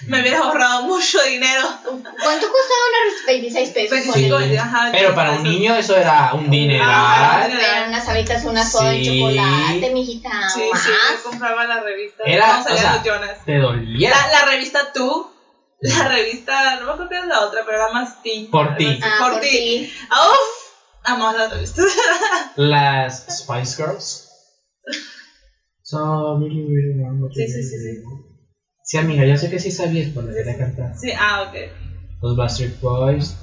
Me hubiera ahorrado mucho dinero. ¿Cuánto costaba una revista? 26 pesos. Pues, ponele. digo, ajá, Pero para un entonces- niño eso era un Ah, dineral. era- Pero unas habitas, una soda de Sí. chocolate, mijita. Sí, más. sí, yo compraba la revista. Era, no, o sea, los Jonas. Te dolía. La, la revista Tú, la revista, no me acuerdo cuál es la otra, pero era más ti. Por ti. Ah, Por ti. Ah, ¡Uf! Amaba las revistas. Las Spice Girls. So, really, really warm. Sí, sí, sí, sí. Sí, amiga, yo sé que sí sabías por la que Sí, la cantar. Sí, ah, ok. Los Bastard Boys.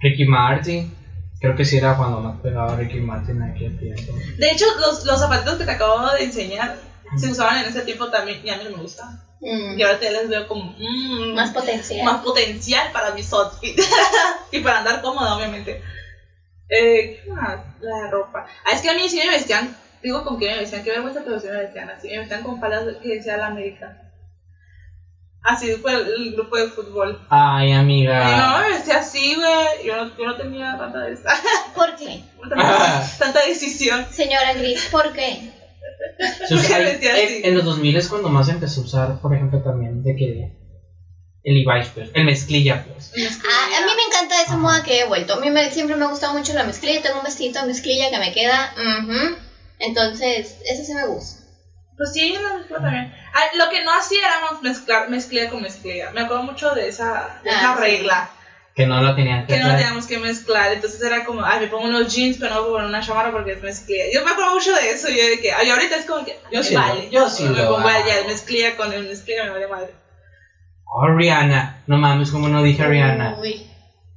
Ricky Martin. Creo que sí era cuando más pegaba Ricky Martin aquí en tiempo. De hecho, los, los zapatitos que te acabo de enseñar se usaban en ese tipo también y a mí no me gustan. Mm, Y ahora te les veo como mm, más potencial. más potencial para mis outfits y para andar cómoda, obviamente. Eh, ¿Qué más? La ropa. Ah, es que a mí sí me vestían, digo con qué me vestían, qué vergüenza, pero sí me vestían así. Me vestían con palas que decía la América. Así fue el, el grupo de fútbol. Ay, Mi mamá amiga. me vestía así, güey. Yo no, yo no tenía tanta, de esa- ¿Por qué? tanta, tanta decisión. Señora Gris, ¿por qué? Sus- me ay, decía en- así. en los 2000 es cuando más empezó a usar, por ejemplo, también de que El Levi's, pues. El mezclilla, pues. Ah, a mí me encanta esa Ajá. moda que he vuelto. A mí me- siempre me ha gustado mucho la mezclilla. Tengo un vestidito de mezclilla que me queda. ujú. Entonces, esa sí me gusta. Pues sí, yo la mezclo también. Ah, lo que no hacía era mezclar mezclilla con mezclilla. Me acuerdo mucho de esa, de Ah, esa sí. regla. Que no lo tenían que Que no traer. teníamos que mezclar. Entonces era como, ay, me pongo unos jeans, pero no me pongo una chamarra porque es mezclilla. Yo me acuerdo mucho de eso. Yo de que, ay, ahorita es como que, Yo me sí lo- vale. yo sí Me lo pongo hago. ya el mezclilla con el mezclilla, me vale madre. Oh, Rihanna. No mames, como no dije Rihanna. Uy.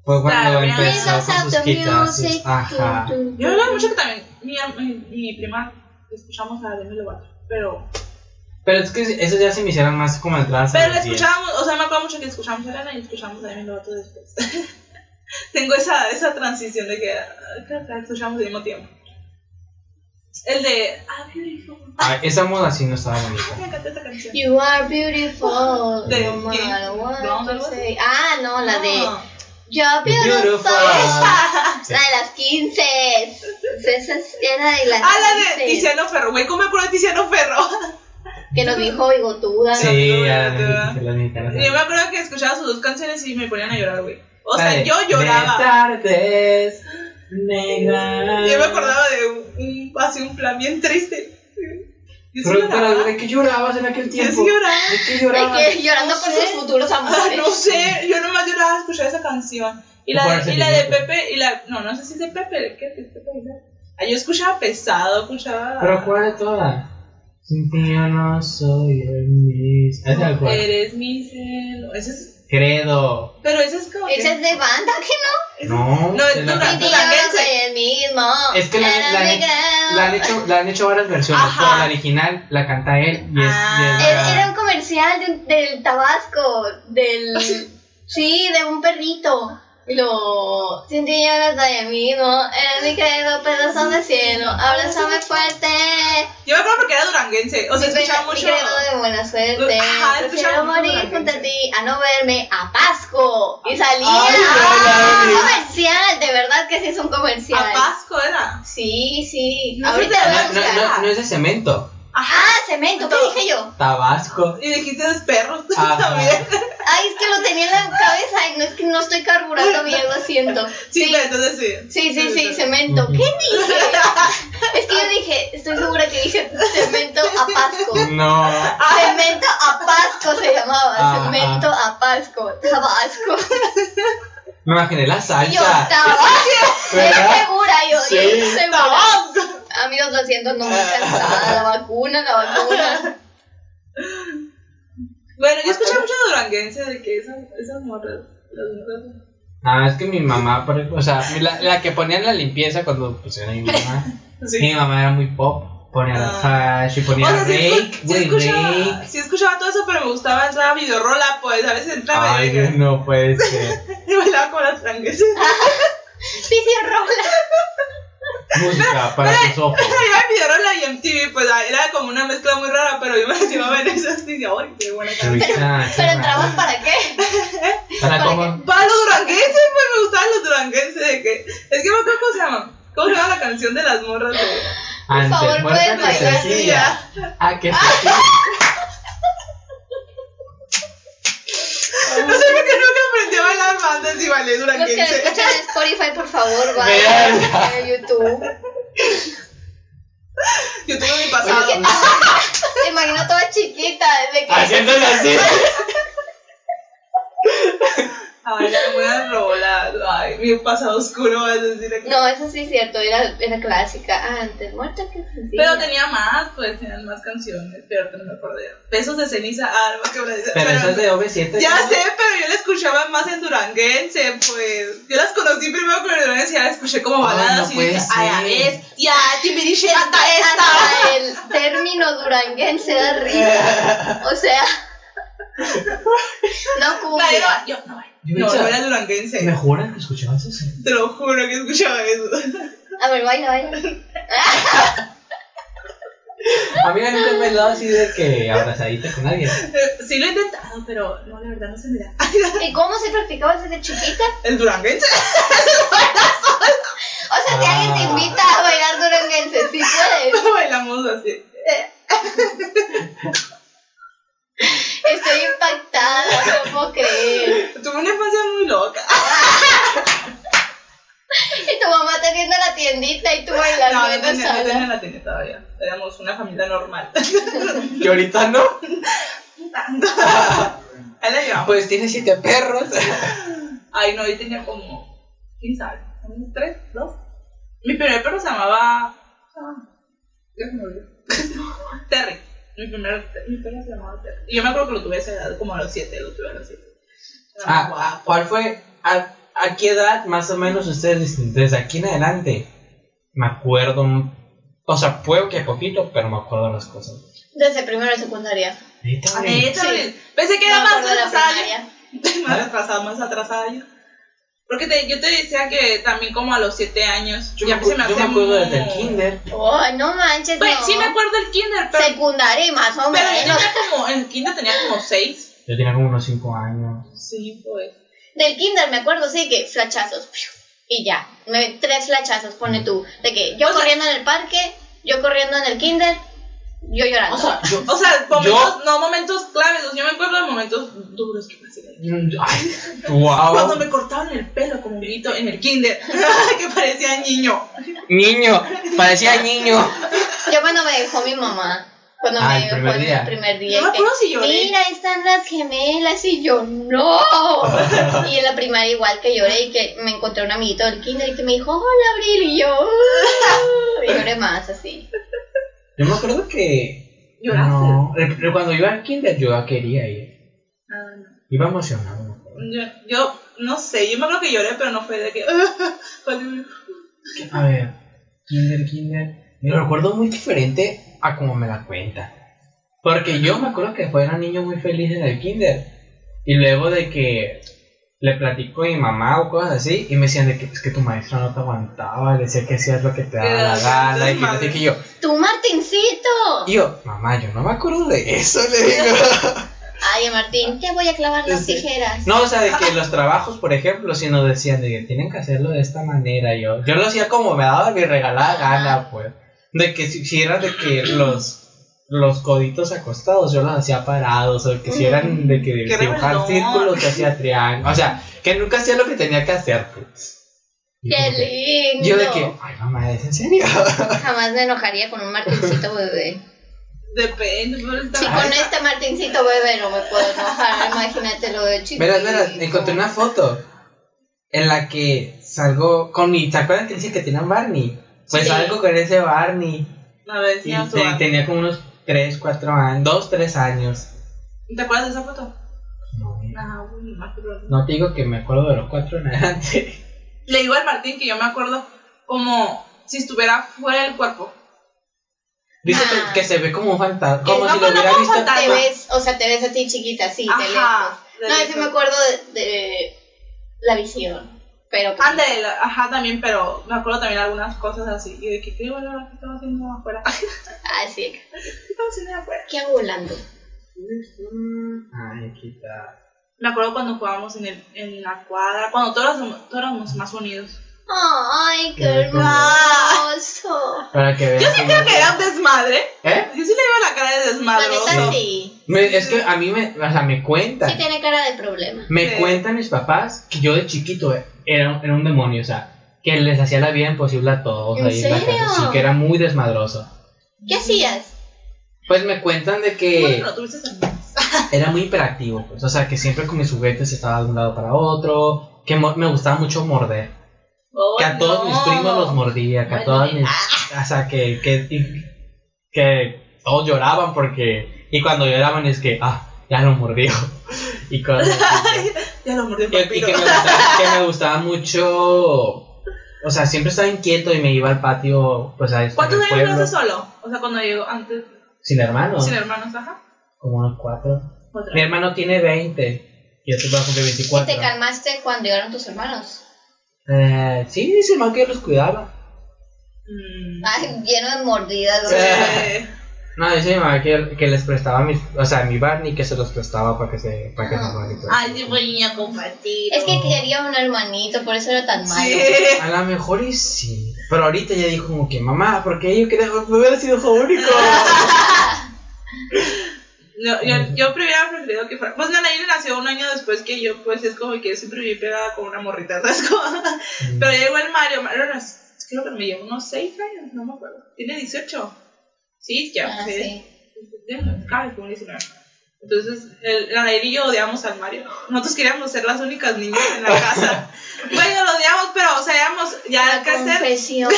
Fue cuando Claro, Rihanna. Pues empezó Please con don't sus stop the quitas. music. Ajá. Tu, tu, tu. Yo me acuerdo mucho que también mi, mi, mi prima escuchamos a Demi Lovato. Pero, Pero es que esos ya se me hicieron más como entradas. a pero la los 10. escuchábamos, o sea, me acuerdo mucho que escuchamos a Elena y escuchamos a Demi Lovato después. Tengo esa, esa transición de que ah, creo que la escuchamos al mismo tiempo. El de, ah, beautiful. Ay, esa moda sí no estaba bonita. Me encanta esa canción. You are beautiful. De no James matter what Brown, you algo así. say. Ah, no, la de No. You're beautiful. Beautiful. Ah, Sí. La de las 15. Esa es- era de las Ah, la de 15, Tiziano Ferro, güey, ¿cómo me acuerdo de Tiziano Ferro? Que nos dijo bigotuda. ¿no? Sí, a no, no, no. las mexicanas. Yo me acuerdo que escuchaba sus dos canciones y me ponían a llorar, güey. O sea, La de- yo De lloraba. tardes, negra. Yo me acordaba de un, un- así un plan bien triste. Yo sí Pero lloraba. para ¿de qué llorabas en aquel Yo tiempo? sí lloraba. ¿De qué De llorabas? que llorando por sus futuros Ah, amores. no sé, yo nomás lloraba a escuchar esa canción. Y la, Acuérdate de, y la de que- Pepe, y la, no, no sé si es de Pepe, ¿qué es de Pepe? Aguilar? Ah, yo escuchaba pesado, escuchaba... Pero ¿cuál de todas? Sin ti yo no soy el mismo. Es tal cual. Eres mi cielo. Ese es- Credo. pero ese es como... que- Esa es de banda, que ese- No, No, es es la Dura- no. Y yo Duranguense. no soy el mismo. Es que la, Era la- mi gran- la han hecho, la han hecho varias versiones. Ajá. Pero la original la canta él y es. y es Ah. la- Era era un comercial de un- del Tabasco, Ah, del... Sí, de un perrito. Y Lo... Sin ti yo no soy el mismo. Era mi credo, pedazos de cielo. Ah, Abrázame fuerte. Yo me acuerdo porque era duranguense. O sea, Mi pe- escuchaba mi mucho... credo de buena suerte. Ajá, escuchaba Prefiero mucho morir Duranguense. junto a ti a no verme a Pasco. Y salía. Ay, ¡Ah! ay, ay. comercial, de verdad que sí es un comercial. A Pasco era. Sí, sí. No, Ahorita no, lo voy a No, buscar. no, no, no es de cemento. Ajá. Ah, cemento, ¿qué dije yo? Tabasco. Y dijiste los perros Ajá. también. Ay, es que lo tenía en la cabeza. Ay, no es que no estoy carburando bien, lo siento. Sí, Sí, pero entonces sí. sí, sí, sí, cemento. ¿Qué dije? Es que yo dije, estoy segura que dije cemento a Pasco. No. Ah. Cemento a Pasco se llamaba. Ajá. Cemento a Pasco. Tabasco. Me imaginé la Y yo, salsa. Tabasco. ¿Verdad? Estoy segura, yo Sí. estoy segura. ¡Tabasco! Amigos, lo siento, no me cansaba. La vacuna, la vacuna. Bueno, yo escuché mucho duranguense de que esas, esas morras. las morras- Ah, es que mi mamá, por- o sea, la, la que ponía en la limpieza cuando pues era mi mamá. Mi Sí. Ah. mamá era muy pop, ponía la hash y O ponía sea, sí, rake, escu- sí güey, escuchaba, rake. sí escuchaba todo eso, pero me gustaba entrar a videorola, pues a veces entraba y, Ay, no puede ser. y bailaba con las duranguenses. Picio Rola. Música para tus ojos. Pero iba a videorola y MTV, pues ah, era como una mezcla muy rara, pero yo me llevaba en esas y decía, ¡ay, qué buena canción! Ahorita, ¿Pero qué entrabas raro. para qué? para para como Para los duranguenses, pues me gustaban los duranguenses. De que, es que me acuerdo cómo se llama. ¿Cómo se llama la canción de las morras? De... Ah. antes favor, muerta puedes que bailar, Cecilia. Ah, que Cecilia. No sé por qué nunca aprendí a bailar bandas y bailé Los que me duranguense. escuchan en Spotify, por favor, vayan Vean. a YouTube. Yo tengo mi pasado. pues. Me imagino toda chiquita, desde que. Haciéndole así. Ay, la buena rola. Ay, mi pasado oscuro, vas a decir aquí. No, eso sí es cierto, era, era clásica. Ah, antes muerta que sencilla. Pero tenía más, pues tenían más canciones, pero no me acordé. Besos de ceniza, algo que me dice. Pero eso es de OV7. Ya ¿no? sé, pero yo la escuchaba más en duranguense, pues. Yo las conocí primero con el duranguense y ya las escuché como Ay, baladas no y dije, puede ay, a ser. ver, ya, Timbiriche, hasta esta. Hasta el término duranguense da risa. O sea. No Nadie lo- cumbia. Yo no, Yo no, hecha- no era duranguense. ¿Me juran que escuchabas eso? Te lo juro que escuchaba eso. A ver, baila, baila. A mí nunca me he dado así de que abrazadita con alguien. Sí lo he intentado, pero no, la verdad no se me da. ¿Y cómo se practicaba desde chiquita? El duranguense. O sea, si alguien te Ah. invita a bailar duranguense, sí puedes. Bailamos así. Estoy impactada. lo puedo creer. Tuve una infancia muy loca. Y tu mamá teniendo la tiendita y tú bailando No, no en la tenía, no sala. tenía la tele todavía. Éramos una familia normal. Que ahorita no. Ahí la llevamos. Pues tiene siete perros. Ay, no, yo tenía como, quién sabe, unos tres, dos. Mi primer perro se llamaba. Dios me olvidó. Terry. Mi primer mi perro se llamaba Terry. Y yo me acuerdo que lo tuve a esa edad, como a los siete, lo tuve a los siete. Ah, ¿Cuál fue? ¿A, a qué edad más o menos ustedes dicen, desde aquí en adelante? Me acuerdo. un- O sea, puedo que poquito, pero me acuerdo las cosas. Desde primero de secundaria. Neta, Ah, güey. neta, Sí. güey. Pensé que Me era más acuerdo de la atrasada. primaria. yo. Más atrasada, más atrasada yo. Porque te- yo te decía que también como a los siete años. Yo ya me, acu- yo me acuerdo desde el kinder. Oh, no manches, Pues, no. sí me acuerdo del kinder, pero, Secundaria y más o pero yo menos. tenía como, en el kinder tenía como seis. Yo tenía como unos 5 años. Sí, pues. Del kinder me acuerdo, sí, que flachazos. piu, Y ya. Me- tres flachazos, pone tú. De que yo O sea- corriendo en el parque, yo corriendo en el kinder, yo llorando. O sea, o sea, momentos, no momentos claves, yo me acuerdo de momentos duros que pasé. Ay, wow. Cuando me cortaban el pelo como un grito en el kinder, que parecía niño. Niño, parecía niño. Yo cuando me dejó mi mamá. Cuando Ah, me el dejó primer en día. el primer día. No me que, acuerdo si lloré. Mira, ahí están las gemelas. Y yo, no. y en la primaria igual que lloré y que me encontré un amiguito del kinder y que me dijo, hola, Abril. Y yo, "Ah". y lloré más así. Yo me acuerdo que. ¿Lloraste? No, el- el- cuando iba al kinder yo quería ir. Ah, no. Iba emocionado. me acuerdo. Yo, yo no sé, yo me acuerdo que lloré, pero no fue de que. fue de- A ver, kinder, kinder. Me lo recuerdo muy diferente a como me la cuenta. Porque yo me acuerdo que fue un niño muy feliz en el kinder. Y luego de que le platico a mi mamá o cosas así, y me decían de que, pues, que tu maestra no te aguantaba, le decía que hacías lo que te daba la gana, y que no sé qué. Y yo, ¡Tu Martincito! y yo, mamá, yo no me acuerdo de eso, le digo. Ay, Martín, te voy a clavar las Este, tijeras. No, o sea, de que los trabajos, por ejemplo, si nos decían de que tienen que hacerlo de esta manera, yo, yo lo hacía como me daba mi regalada gana, pues. De que si, si era de que los, los coditos acostados, yo los hacía parados, o que si Mm, eran de que Qué dibujar rebeldón. círculos, yo hacía triángulos, o sea, que nunca hacía lo que tenía que hacer, pues. Y ¡Qué como que- lindo! Yo de que, ay mamá, ¿es en serio? Jamás me enojaría con un Martincito bebé. Depende, pero está- Si con este Martincito bebé no me puedo enojar, imagínate lo de chiquito. Verás, verás, encontré una foto en la que salgo con mi. ¿Se acuerdan que dice que tenía un Barney? Pues Sí. salgo con ese Barney. Una vez Y sí, a su te- barrio. tenía como unos 3, 4 años, 2, 3 años. ¿Te acuerdas de esa foto? Ah, No, No, no me acuerdo. no te digo que me acuerdo de los 4 en adelante. Le digo al Martín que yo me acuerdo como si estuviera fuera del cuerpo. Dice Ah. que, que se ve como un fantasma, Que como no si lo hubiera conozco visto. fantasma. Te ves, o sea, te ves a ti chiquita, sí, te lejos. Ajá. No, ese me acuerdo de, de la visión. Pero pues, Ande, la- ajá, también, pero me acuerdo también algunas cosas así. Y de que, qué bueno, ¿qué estaba haciendo afuera? ¿Qué así, estaba haciendo afuera? ¿qué hago volando? Ay, quita. Me acuerdo cuando jugábamos en, el, en la cuadra, cuando todos, éramos- todos éramos más unidos. ¡Ay, qué Qué lindo. hermoso! Para que veas. Yo sí cómo- creo que era un desmadre. ¿Eh? Yo sí le veo la cara de La desmadre. Sí. neta sí. Me- es que a mí me, o sea, me cuentan. Sí tiene cara de problema. Me Sí. cuentan mis papás que yo de chiquito era, era un demonio, o sea, que les hacía la vida imposible a todos ¿En ahí en la casa, serio? sí, que era muy desmadroso. ¿Qué hacías? Pues me cuentan de que Bueno, tuviste hermanas. era muy hiperactivo, pues, o sea, que siempre con mis juguetes estaba de un lado para otro, que mo- me gustaba mucho morder, Oh, que a todos no. mis primos los mordía, que a Bueno, todas mis... O sea, que, que, y- que todos lloraban porque... Y cuando lloraban es que, ah, ya lo mordió. Y cosas así. pues. Ya lo mordió el Y, y que, me papiro. gustaba, que me gustaba mucho. O sea, siempre estaba inquieto y me iba al patio, pues a estar en ¿Cuántos el años pueblo. duraste solo? O sea, cuando llegó antes, Sin hermano, sin hermanos, ajá. como unos cuatro. Otra. Mi hermano tiene 20 y yo te voy a cumplir ¿Y 24. te calmaste cuando llegaron tus hermanos? Eh, sí, dice el man que yo los cuidaba. Mm. Eh. Ay, lleno de mordidas. los Sí. No, dice mi mamá que, que les prestaba mis, o sea, mi Barney que se los prestaba para que se, para que se Ah. maldito. Ay, sí, voy a compartir. Es que quería un hermanito, por eso era tan malo. Sí. A lo mejor y sí. Pero ahorita ya dijo como que mamá, porque yo quería me hubiera sido hijo único. No, yo, yo primero preferido que fuera. Pues Nanaire nació un año después que yo, pues es como que siempre viví pegada con una morrita, ¿sabes? Como- Pero ya llegó el Mario. Mario nos- creo que me llevó unos 6 años, no me acuerdo. Tiene 18. Sí, ya, Ah, sí. sí. Ya no, cabe como 19. Entonces, el, la Nair y yo odiamos al Mario. Nosotros queríamos ser las únicas niñas en la casa. Bueno, lo odiamos, pero, o sea, éramos ya al La crecer. confesión.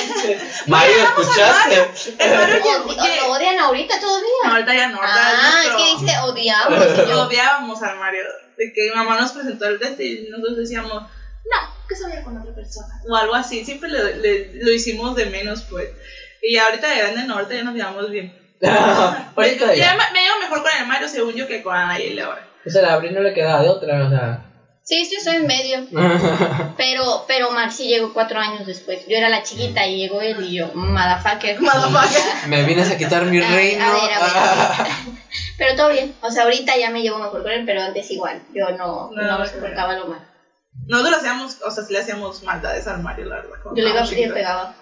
Mario, ¿escuchaste? El Mario llegó. Odi- ¿Lo odian ahorita No, todavía? ahorita ya no, ahorita es Ah, es nuestro- que dice odiamos. y Yo yo, odiábamos al Mario. De que mi mamá nos presentó el test y nosotros decíamos, no, que se vaya con otra persona. O algo así. Siempre le, le- lo hicimos de menos, pues. Y ahorita de grande, no, ahorita ya nos llevamos bien. Ahorita ya. ya. me, me llevo mejor con el Mario, según yo, que con Anayel ahora. O sea, la Abril no le quedaba de otra, o sea. Sí, yo soy en medio. Pero, pero Mar sí llegó cuatro años después. Yo era la chiquita y llegó él y yo, motherfucker. Motherfucker. Me vienes a quitar mi A ver, reino. a ver, a ver. Ah. Pero todo bien. O sea, ahorita ya me llevo mejor con él, pero antes igual. Yo no, No, no, no, soportaba lo mal. Nosotros le hacíamos, o sea, sí le hacíamos maldades al Mario, la verdad. Yo cuando le iba estábamos y le chiquitos. pegaba.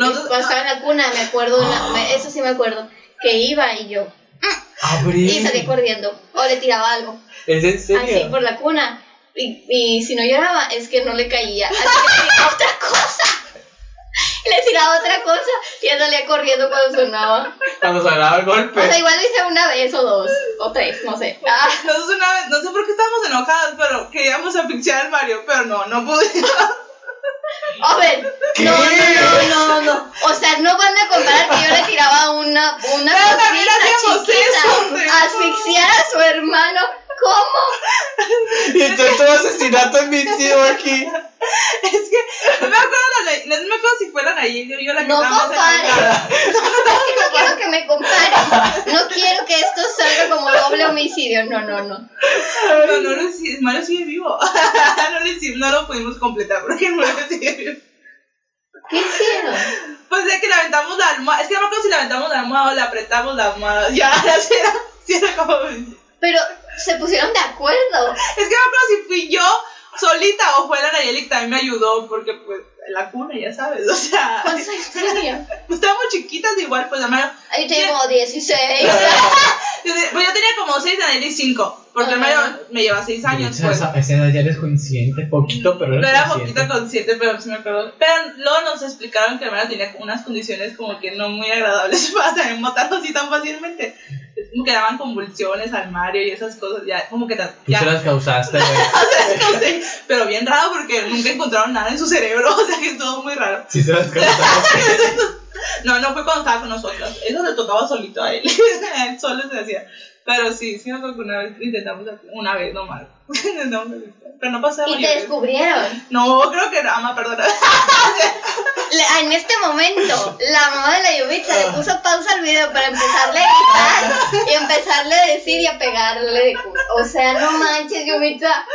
Nosotros- Cuando estaba en la cuna, me acuerdo, una- me- eso sí me acuerdo, que iba y yo, Ah, Abril. y salí corriendo. O le tiraba algo. ¿Es en Así serio? por la cuna. Y, y si no lloraba, es que no le caía. Así que le tiraba otra cosa. Y le tiraba otra cosa. Y él salía corriendo cuando sonaba. Cuando se daba el golpe. O sea, igual lo hice una vez o dos, o tres, no sé. Ah, Nosotros una vez, no sé por qué estábamos enojados, pero queríamos asfixiar al Mario, pero no, no pudimos. Oven, no, no, no, no, no. O sea, no van a comparar que yo le tiraba una, una Pero también hacíamos eso, güey. asfixiar a su hermano. ¿Cómo? Y tú todo asesinato en mi tío aquí. Es que no me acuerdo, la, no me acuerdo si fue la Nayeli o yo la que No estaba más compares. enojada. Es que no pues. quiero que me comparen. No quiero que esto salga como doble homicidio. No, no, no. No, no lo hici- Mario sigue vivo. no, lo hicimos, no lo pudimos completar porque Mario sigue vivo. ¿Qué hicieron? Pues de que le aventamos la almohada. Es que no me acuerdo si le aventamos la almohada o le apretamos la almohada. Ya, así era, así era como. Es Pero se pusieron de acuerdo. que no me acuerdo si fui yo solita o fue la Nayeli que también me ayudó porque, pues, la cuna, ya sabes. O sea, pues ¿Cuántos años tenía? estábamos chiquitas igual, pues, hermano. Ay, Yo tenía como 16. Yo te- Pues yo tenía como 6, Nayeli 5. Porque el Ajá. Mario me lleva 6 años, Esa, pues. esa- esa edad ya eres consciente, poquito, pero eres No era consciente. poquito consciente, pero sí me acuerdo. Pero luego nos explicaron que Hermana tenía como unas condiciones como que no muy agradables para también matarlo así tan fácilmente. Es como que daban convulsiones al Mario y esas cosas, ya, como que ta- Tú ya, se las causaste, güey. no sé, pero bien raro porque nunca encontraron nada en su cerebro, o sea que estuvo muy raro. Sí, se las causaste. No, no fue cuando estaba con nosotros, eso le tocaba solito a él, A él solo se hacía. Pero sí, sí me acuerdo que una vez intentamos, una vez nomás, Intentamos, pero no pasaba. Y te descubrieron. No, creo que no, ama, perdona. Le- en este momento, la mamá de la Yubitsa Ah. le puso pausa al video para empezarle a gritar y empezarle a decir y a pegarle. de cu- O sea, no manches, Yubitsa.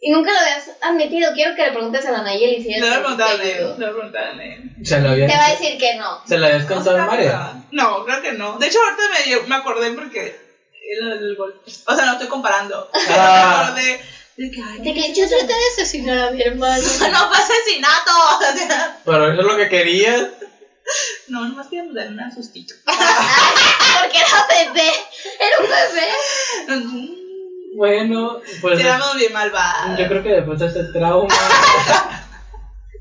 Y nunca lo habías admitido. Quiero que le preguntes a la Nayeli si Le es voy a preguntar a te Nayeli, ayudó. le voy a preguntar a Nayeli. Se lo Te va a habías, decir que no. se lo habías contado a Mario. No, creo que no. De hecho, ahorita me, lle- me acordé porque el, el golpe. O sea, no estoy comparando. Ah. Me acordé de que, ay, De que yo traté de asesinar a mi hermano. no fue asesinato. O sea, Pero eso es lo que querías. no, nomás queríamos darle un asustito. Ay, porque era bebé. Era un bebé. Bueno, pues Éramos bien malvadas. yo creo que después de este trauma.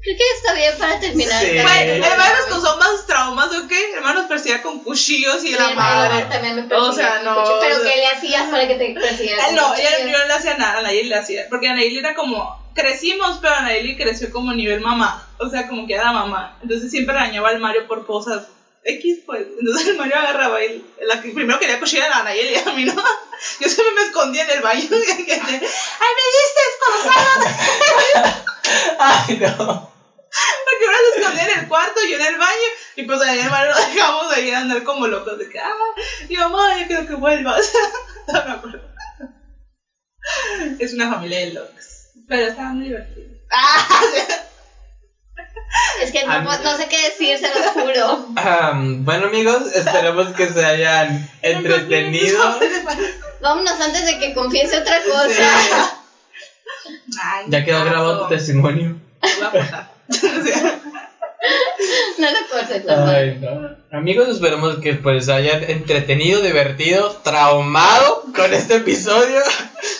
Creo que está bien para terminar. Sí. Bueno, Eh. además nos causó más traumas, ¿ok? Hermanos perseguía con cuchillos y Mi la hermano madre. también me O sea, persiguió. no, Pero o sea- ¿qué le hacías para que te persiguiera? Ah, con No, cuchillos? yo, yo no le hacía nada, a Nayeli le hacía. Porque a Nayeli era como. Crecimos, pero a Nayeli creció como nivel mamá. O sea, como que era mamá. Entonces siempre dañaba al Mario por cosas X, pues. Entonces el Mario agarraba y la que primero quería cochillar a la Nayeli, a mí no. Yo siempre me escondía en el baño. y la gente, ¡Ay, me diste esposado! Ay, no. Porque ahora se escondía en el cuarto, yo en el baño. Y pues a el Mario lo dejamos ahí andar como locos. De que, ¡ah! Y yo, mamá, yo creo que vuelvas. no me acuerdo. Es una familia de locos. Pero estaba muy divertido. Es que no, Ah, po- no sé qué decir, se los juro. Am, bueno, amigos, esperemos que se hayan entretenido. Vámonos antes de que confiese otra cosa. Ay, Ya quedó grabado tu caso. testimonio. Lo voy a apuntar. O sea, No lo cortes, no lo Ay, no. Amigos, esperemos que pues hayan entretenido, divertido, traumado con este episodio.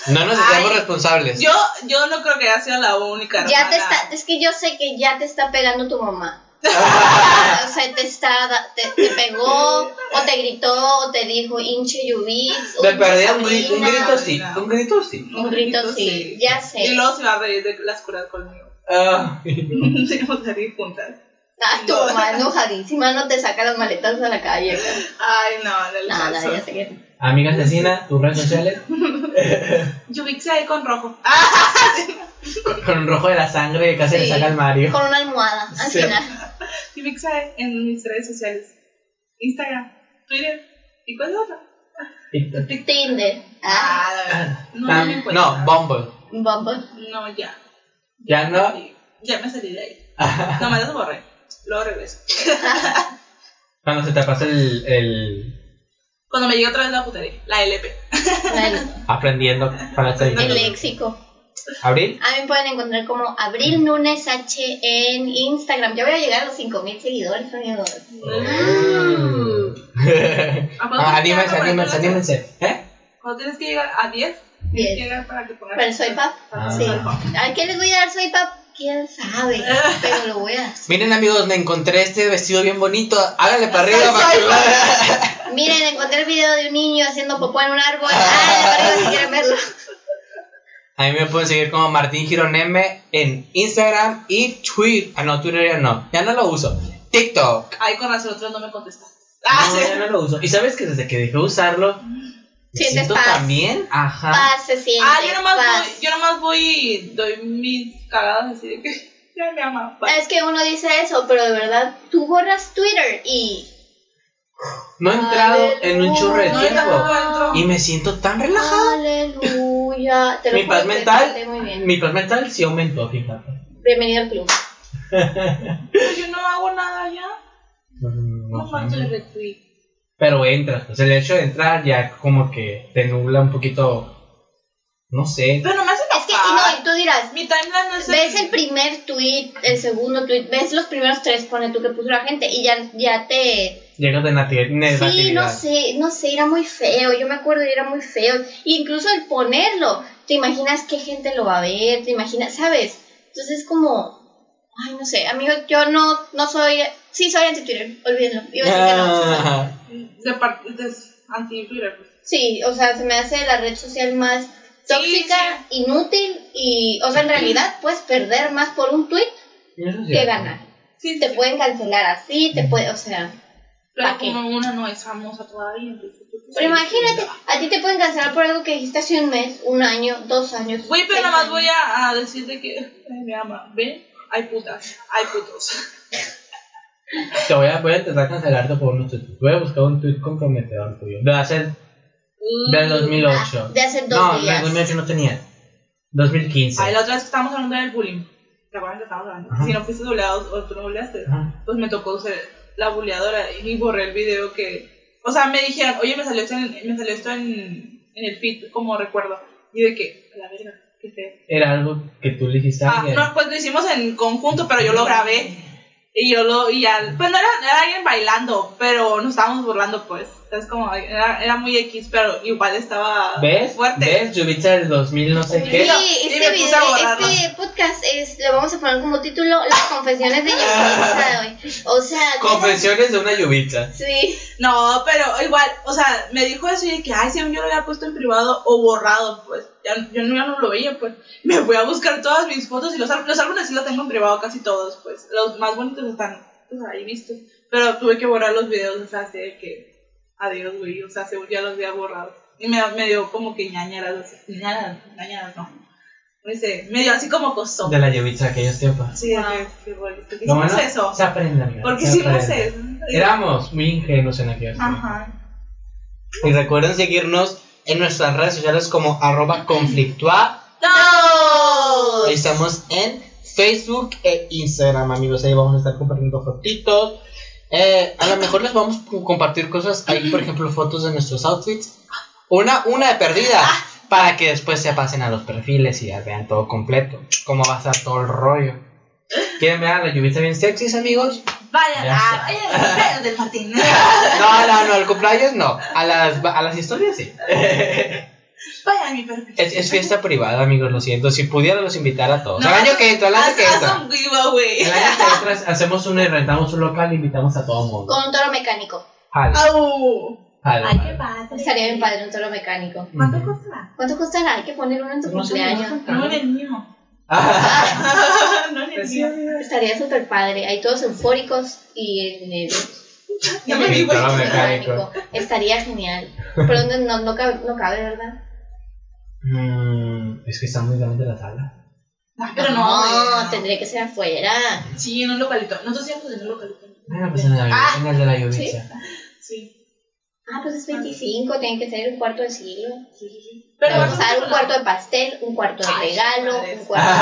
No nos hacemos Ay, responsables. Yo, yo no creo que haya sido la única. Ya hermana. te está, es que yo sé que ya te está pegando tu mamá. o sea, te está, da- te, te pegó, o te gritó, o te dijo hinche Yubits. o De hinche perdida un, gri- un Sabrina". grito sí, un grito sí. Un grito sí, ya sé. Y luego se va a reír de las curas conmigo. Ah, Tenemos que ir juntas. Ah, tu No. mamá enojadísima no te saca las maletas a la calle. güey. Ay, no, no, no. Nada, no. ya sé que. Amiga asesina, tus redes sociales. Yo vi que se ve con rojo. Ah, Con, con rojo de la sangre que casi le Sí. saca el Mario. Con una almohada, al Sí. final. yo vi que se ve en mis redes sociales. Instagram, Twitter. ¿Y cuál es la otra? Y- Tinder. Ah, Ah, la verdad. No, no me tam- encuentro. no, Bumble. Bumble. No, ya. Ya no. Sí, Ya me salí de ahí. No, me lo borré. Luego regreso. Cuando se te pasa el, el Cuando me llegó otra vez la putería, la LP. El, aprendiendo para estar el diciendo. léxico. Abril. A mí me pueden encontrar como Abril Nunes H en Instagram. Yo voy a llegar a los 5000 seguidores, amigos. Mm. Ah, anímense, anímense, anímense. ¿Eh? Cuando tienes que llegar a 10, tienes que llegar para que pongas. ¿Para el soy pap? para Sí. que pongas- Ah. ¿A qué les voy a dar soy pap? ¿Quién sabe? Pero lo voy a dar. Miren amigos, me encontré este vestido bien bonito. Háganle para arriba. para que- Miren, encontré el video de un niño haciendo popó en un árbol. Ah, de arriba si quieren verlo. A mí me pueden seguir como Martín Girón M en Instagram y Twitter. Ah, no, Twitter ya no. Ya no lo uso. TikTok. Ay, con las otras no me contestaste. Ah, No, sí. ya no lo uso. Y sabes que desde que dejé de usarlo, me Sientes siento paz. también. Ajá. Paz, se siente. Ah, yo nomás, paz. voy, yo nomás voy y doy mis cagadas así de que ya me ama. bye. Es que uno dice eso, pero de verdad, tú borras Twitter y... No he entrado en un chorro de No, Aleluya. tiempo. tampoco entro. Y me siento tan relajado. Aleluya. Te lo Mi juro paz que mental. pues, te muy bien. Mi paz mental sí aumentó, fíjate. Bienvenido al club. Pues yo no hago nada ya. Mm, No no manches sé. de tweet. Pero entras. Pues el hecho de entrar ya como que te nubla un poquito. No sé. Pero no me hace Es que, y no, enojar. y tú dirás, Mi timeline no es ves el primer tweet, el segundo tweet, ves los primeros tres, pone tú que puso la gente y ya, ya te... Llegas de nati- negatividad. Sí, no sé, no sé, era muy feo, yo me acuerdo, era muy feo. Y incluso el ponerlo, te imaginas qué gente lo va a ver, te imaginas, ¿sabes? Entonces es como... Ay, no sé, amigos, yo no, no soy... Sí, soy anti-Twitter, olvídenlo. Iba a decir que no, sí soy. Ah. de parte de anti-Twitter. pues. Sí, o sea, se me hace la red social más tóxica, inútil y, o sea, en realidad puedes perder más por un tweet Eso sí. que ganar. Sí, sí, Te sí. pueden cancelar así, te puede, o sea, Pero ¿pa' qué? como una no es famosa todavía, entonces. pues, yo qué sé. pero imagínate, a ti te pueden cancelar por algo que dijiste hace un mes, un año, dos años. Güey, pero tres nomás años. voy a, a decir de que ay, me ama. ¿Ven? Hay putas, hay putos. Te voy a, voy a intentar cancelarte por unos tweets. Voy a buscar un tweet comprometedor tuyo. De hace. Del 2008. Ah, De hace Mm, dos no, del días. 2008 no tenía. 2015. Ay, la otra vez que estábamos hablando del bullying. ¿Te acuerdas que estábamos hablando? Ajá. Si no fuiste buleado o tú no buleaste, Ajá. pues me tocó ser la buleadora y borré el video que. O sea, me dijeron, oye, me salió esto en, me salió esto en, en el feed, como recuerdo. Y de que, a la verga, qué feo. Era algo que tú le dijiste a Ah, alguien. no, pues lo hicimos en conjunto, pero yo lo grabé. Y yo lo, y ya, pues no era, era alguien bailando, pero nos estábamos burlando, pues. Es como, era, era muy X, pero igual estaba ¿Ves? fuerte. ¿Ves? Yubitsa del 2000 no sé qué. Sí, Y este me puse video, a borrarlo. este podcast es, le vamos a poner como título Las confesiones de Yamilisa hoy. O sea, Confesiones de una Yubitsa. sí. No, pero igual, o sea, me dijo eso y de que, ay, si yo lo había puesto en privado o borrado, pues, ya, yo no, ya no lo veía, pues. Me voy a buscar todas mis fotos y los, ál- los álbumes sí los tengo en privado casi todos, pues. Los más bonitos están, pues, ahí vistos. Pero tuve que borrar los videos, o sea, así de que, adiós, güey, o sea, según ya los había borrado. Y me, me dio como que ñañaras, así, ñañaras, ñañaras, no. No sé, me dio así como costó. De la Yubitsa de aquellos tiempos. Sí, de que, que, bueno, ¿por qué Lo hicimos bueno, eso? Se aprende, amiga. ¿Por qué se hicimos aprende. eso? Éramos muy ingenuos en aquellos tiempos. Ajá. Y recuerden seguirnos en nuestras redes sociales como arroba conflictua. ¡No! Estamos en Facebook e Instagram, amigos. Ahí vamos a estar compartiendo fotitos. Eh, a lo mejor les vamos a compartir cosas. Ahí, por ejemplo, fotos de nuestros outfits. Una, una de perdida. Para que después se pasen a los perfiles y ya vean todo completo. Cómo va a estar todo el rollo. ¿Quieren ver a la Yubitsa bien sexys, amigos? Vayan Ya a, sé. vayan a los cumpleaños del Martín. No, no, no, al cumpleaños no. A las, a las historias sí. Vayan a mi perfil. Es, es fiesta privada, amigos, lo siento. Si pudiera, los invitar a todos. No, el año haz- que entra, el año haz- que haz entra. un giveaway. El año que entra hacemos una y rentamos un local e invitamos a todo el mundo. Con un toro mecánico. Jale, Au. jale, Ay, qué jale. padre. Estaría bien padre un toro mecánico. ¿Cuánto Ujú. costará? ¿Cuánto costará? Hay que poner uno en tu No sé, cumpleaños. No en el mío. Ah, no en el pues sí, mío. amigos. Estaría súper padre. Hay todos eufóricos y en el No me en vi, el güey. Toro mecánico. mecánico. Estaría genial. Pero no, no, no cabe, no cabe, ¿verdad? Mm, es que está muy grande la tabla. Ah, Pero no, güey, no. tendría que ser afuera. Sí, en un localito. Nosotros íbamos en un localito. Bueno, pues en el, Ah, en el de la Yubitsa. Sí, Ah, pues es 25, tiene que ser un cuarto de siglo. sí, sí. sí. Pero Pero vamos a dar no, un cuarto de pastel, un cuarto de Ay, regalo, madres. un cuarto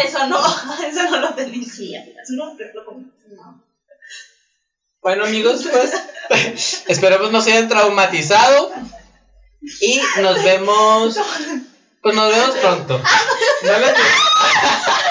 Eso no, eso no lo de... tenéis. Sí, Es un hombre, lo comí. Bueno, amigos, pues esperemos no se hayan traumatizado. Y nos vemos. Pues nos vemos pronto. No les-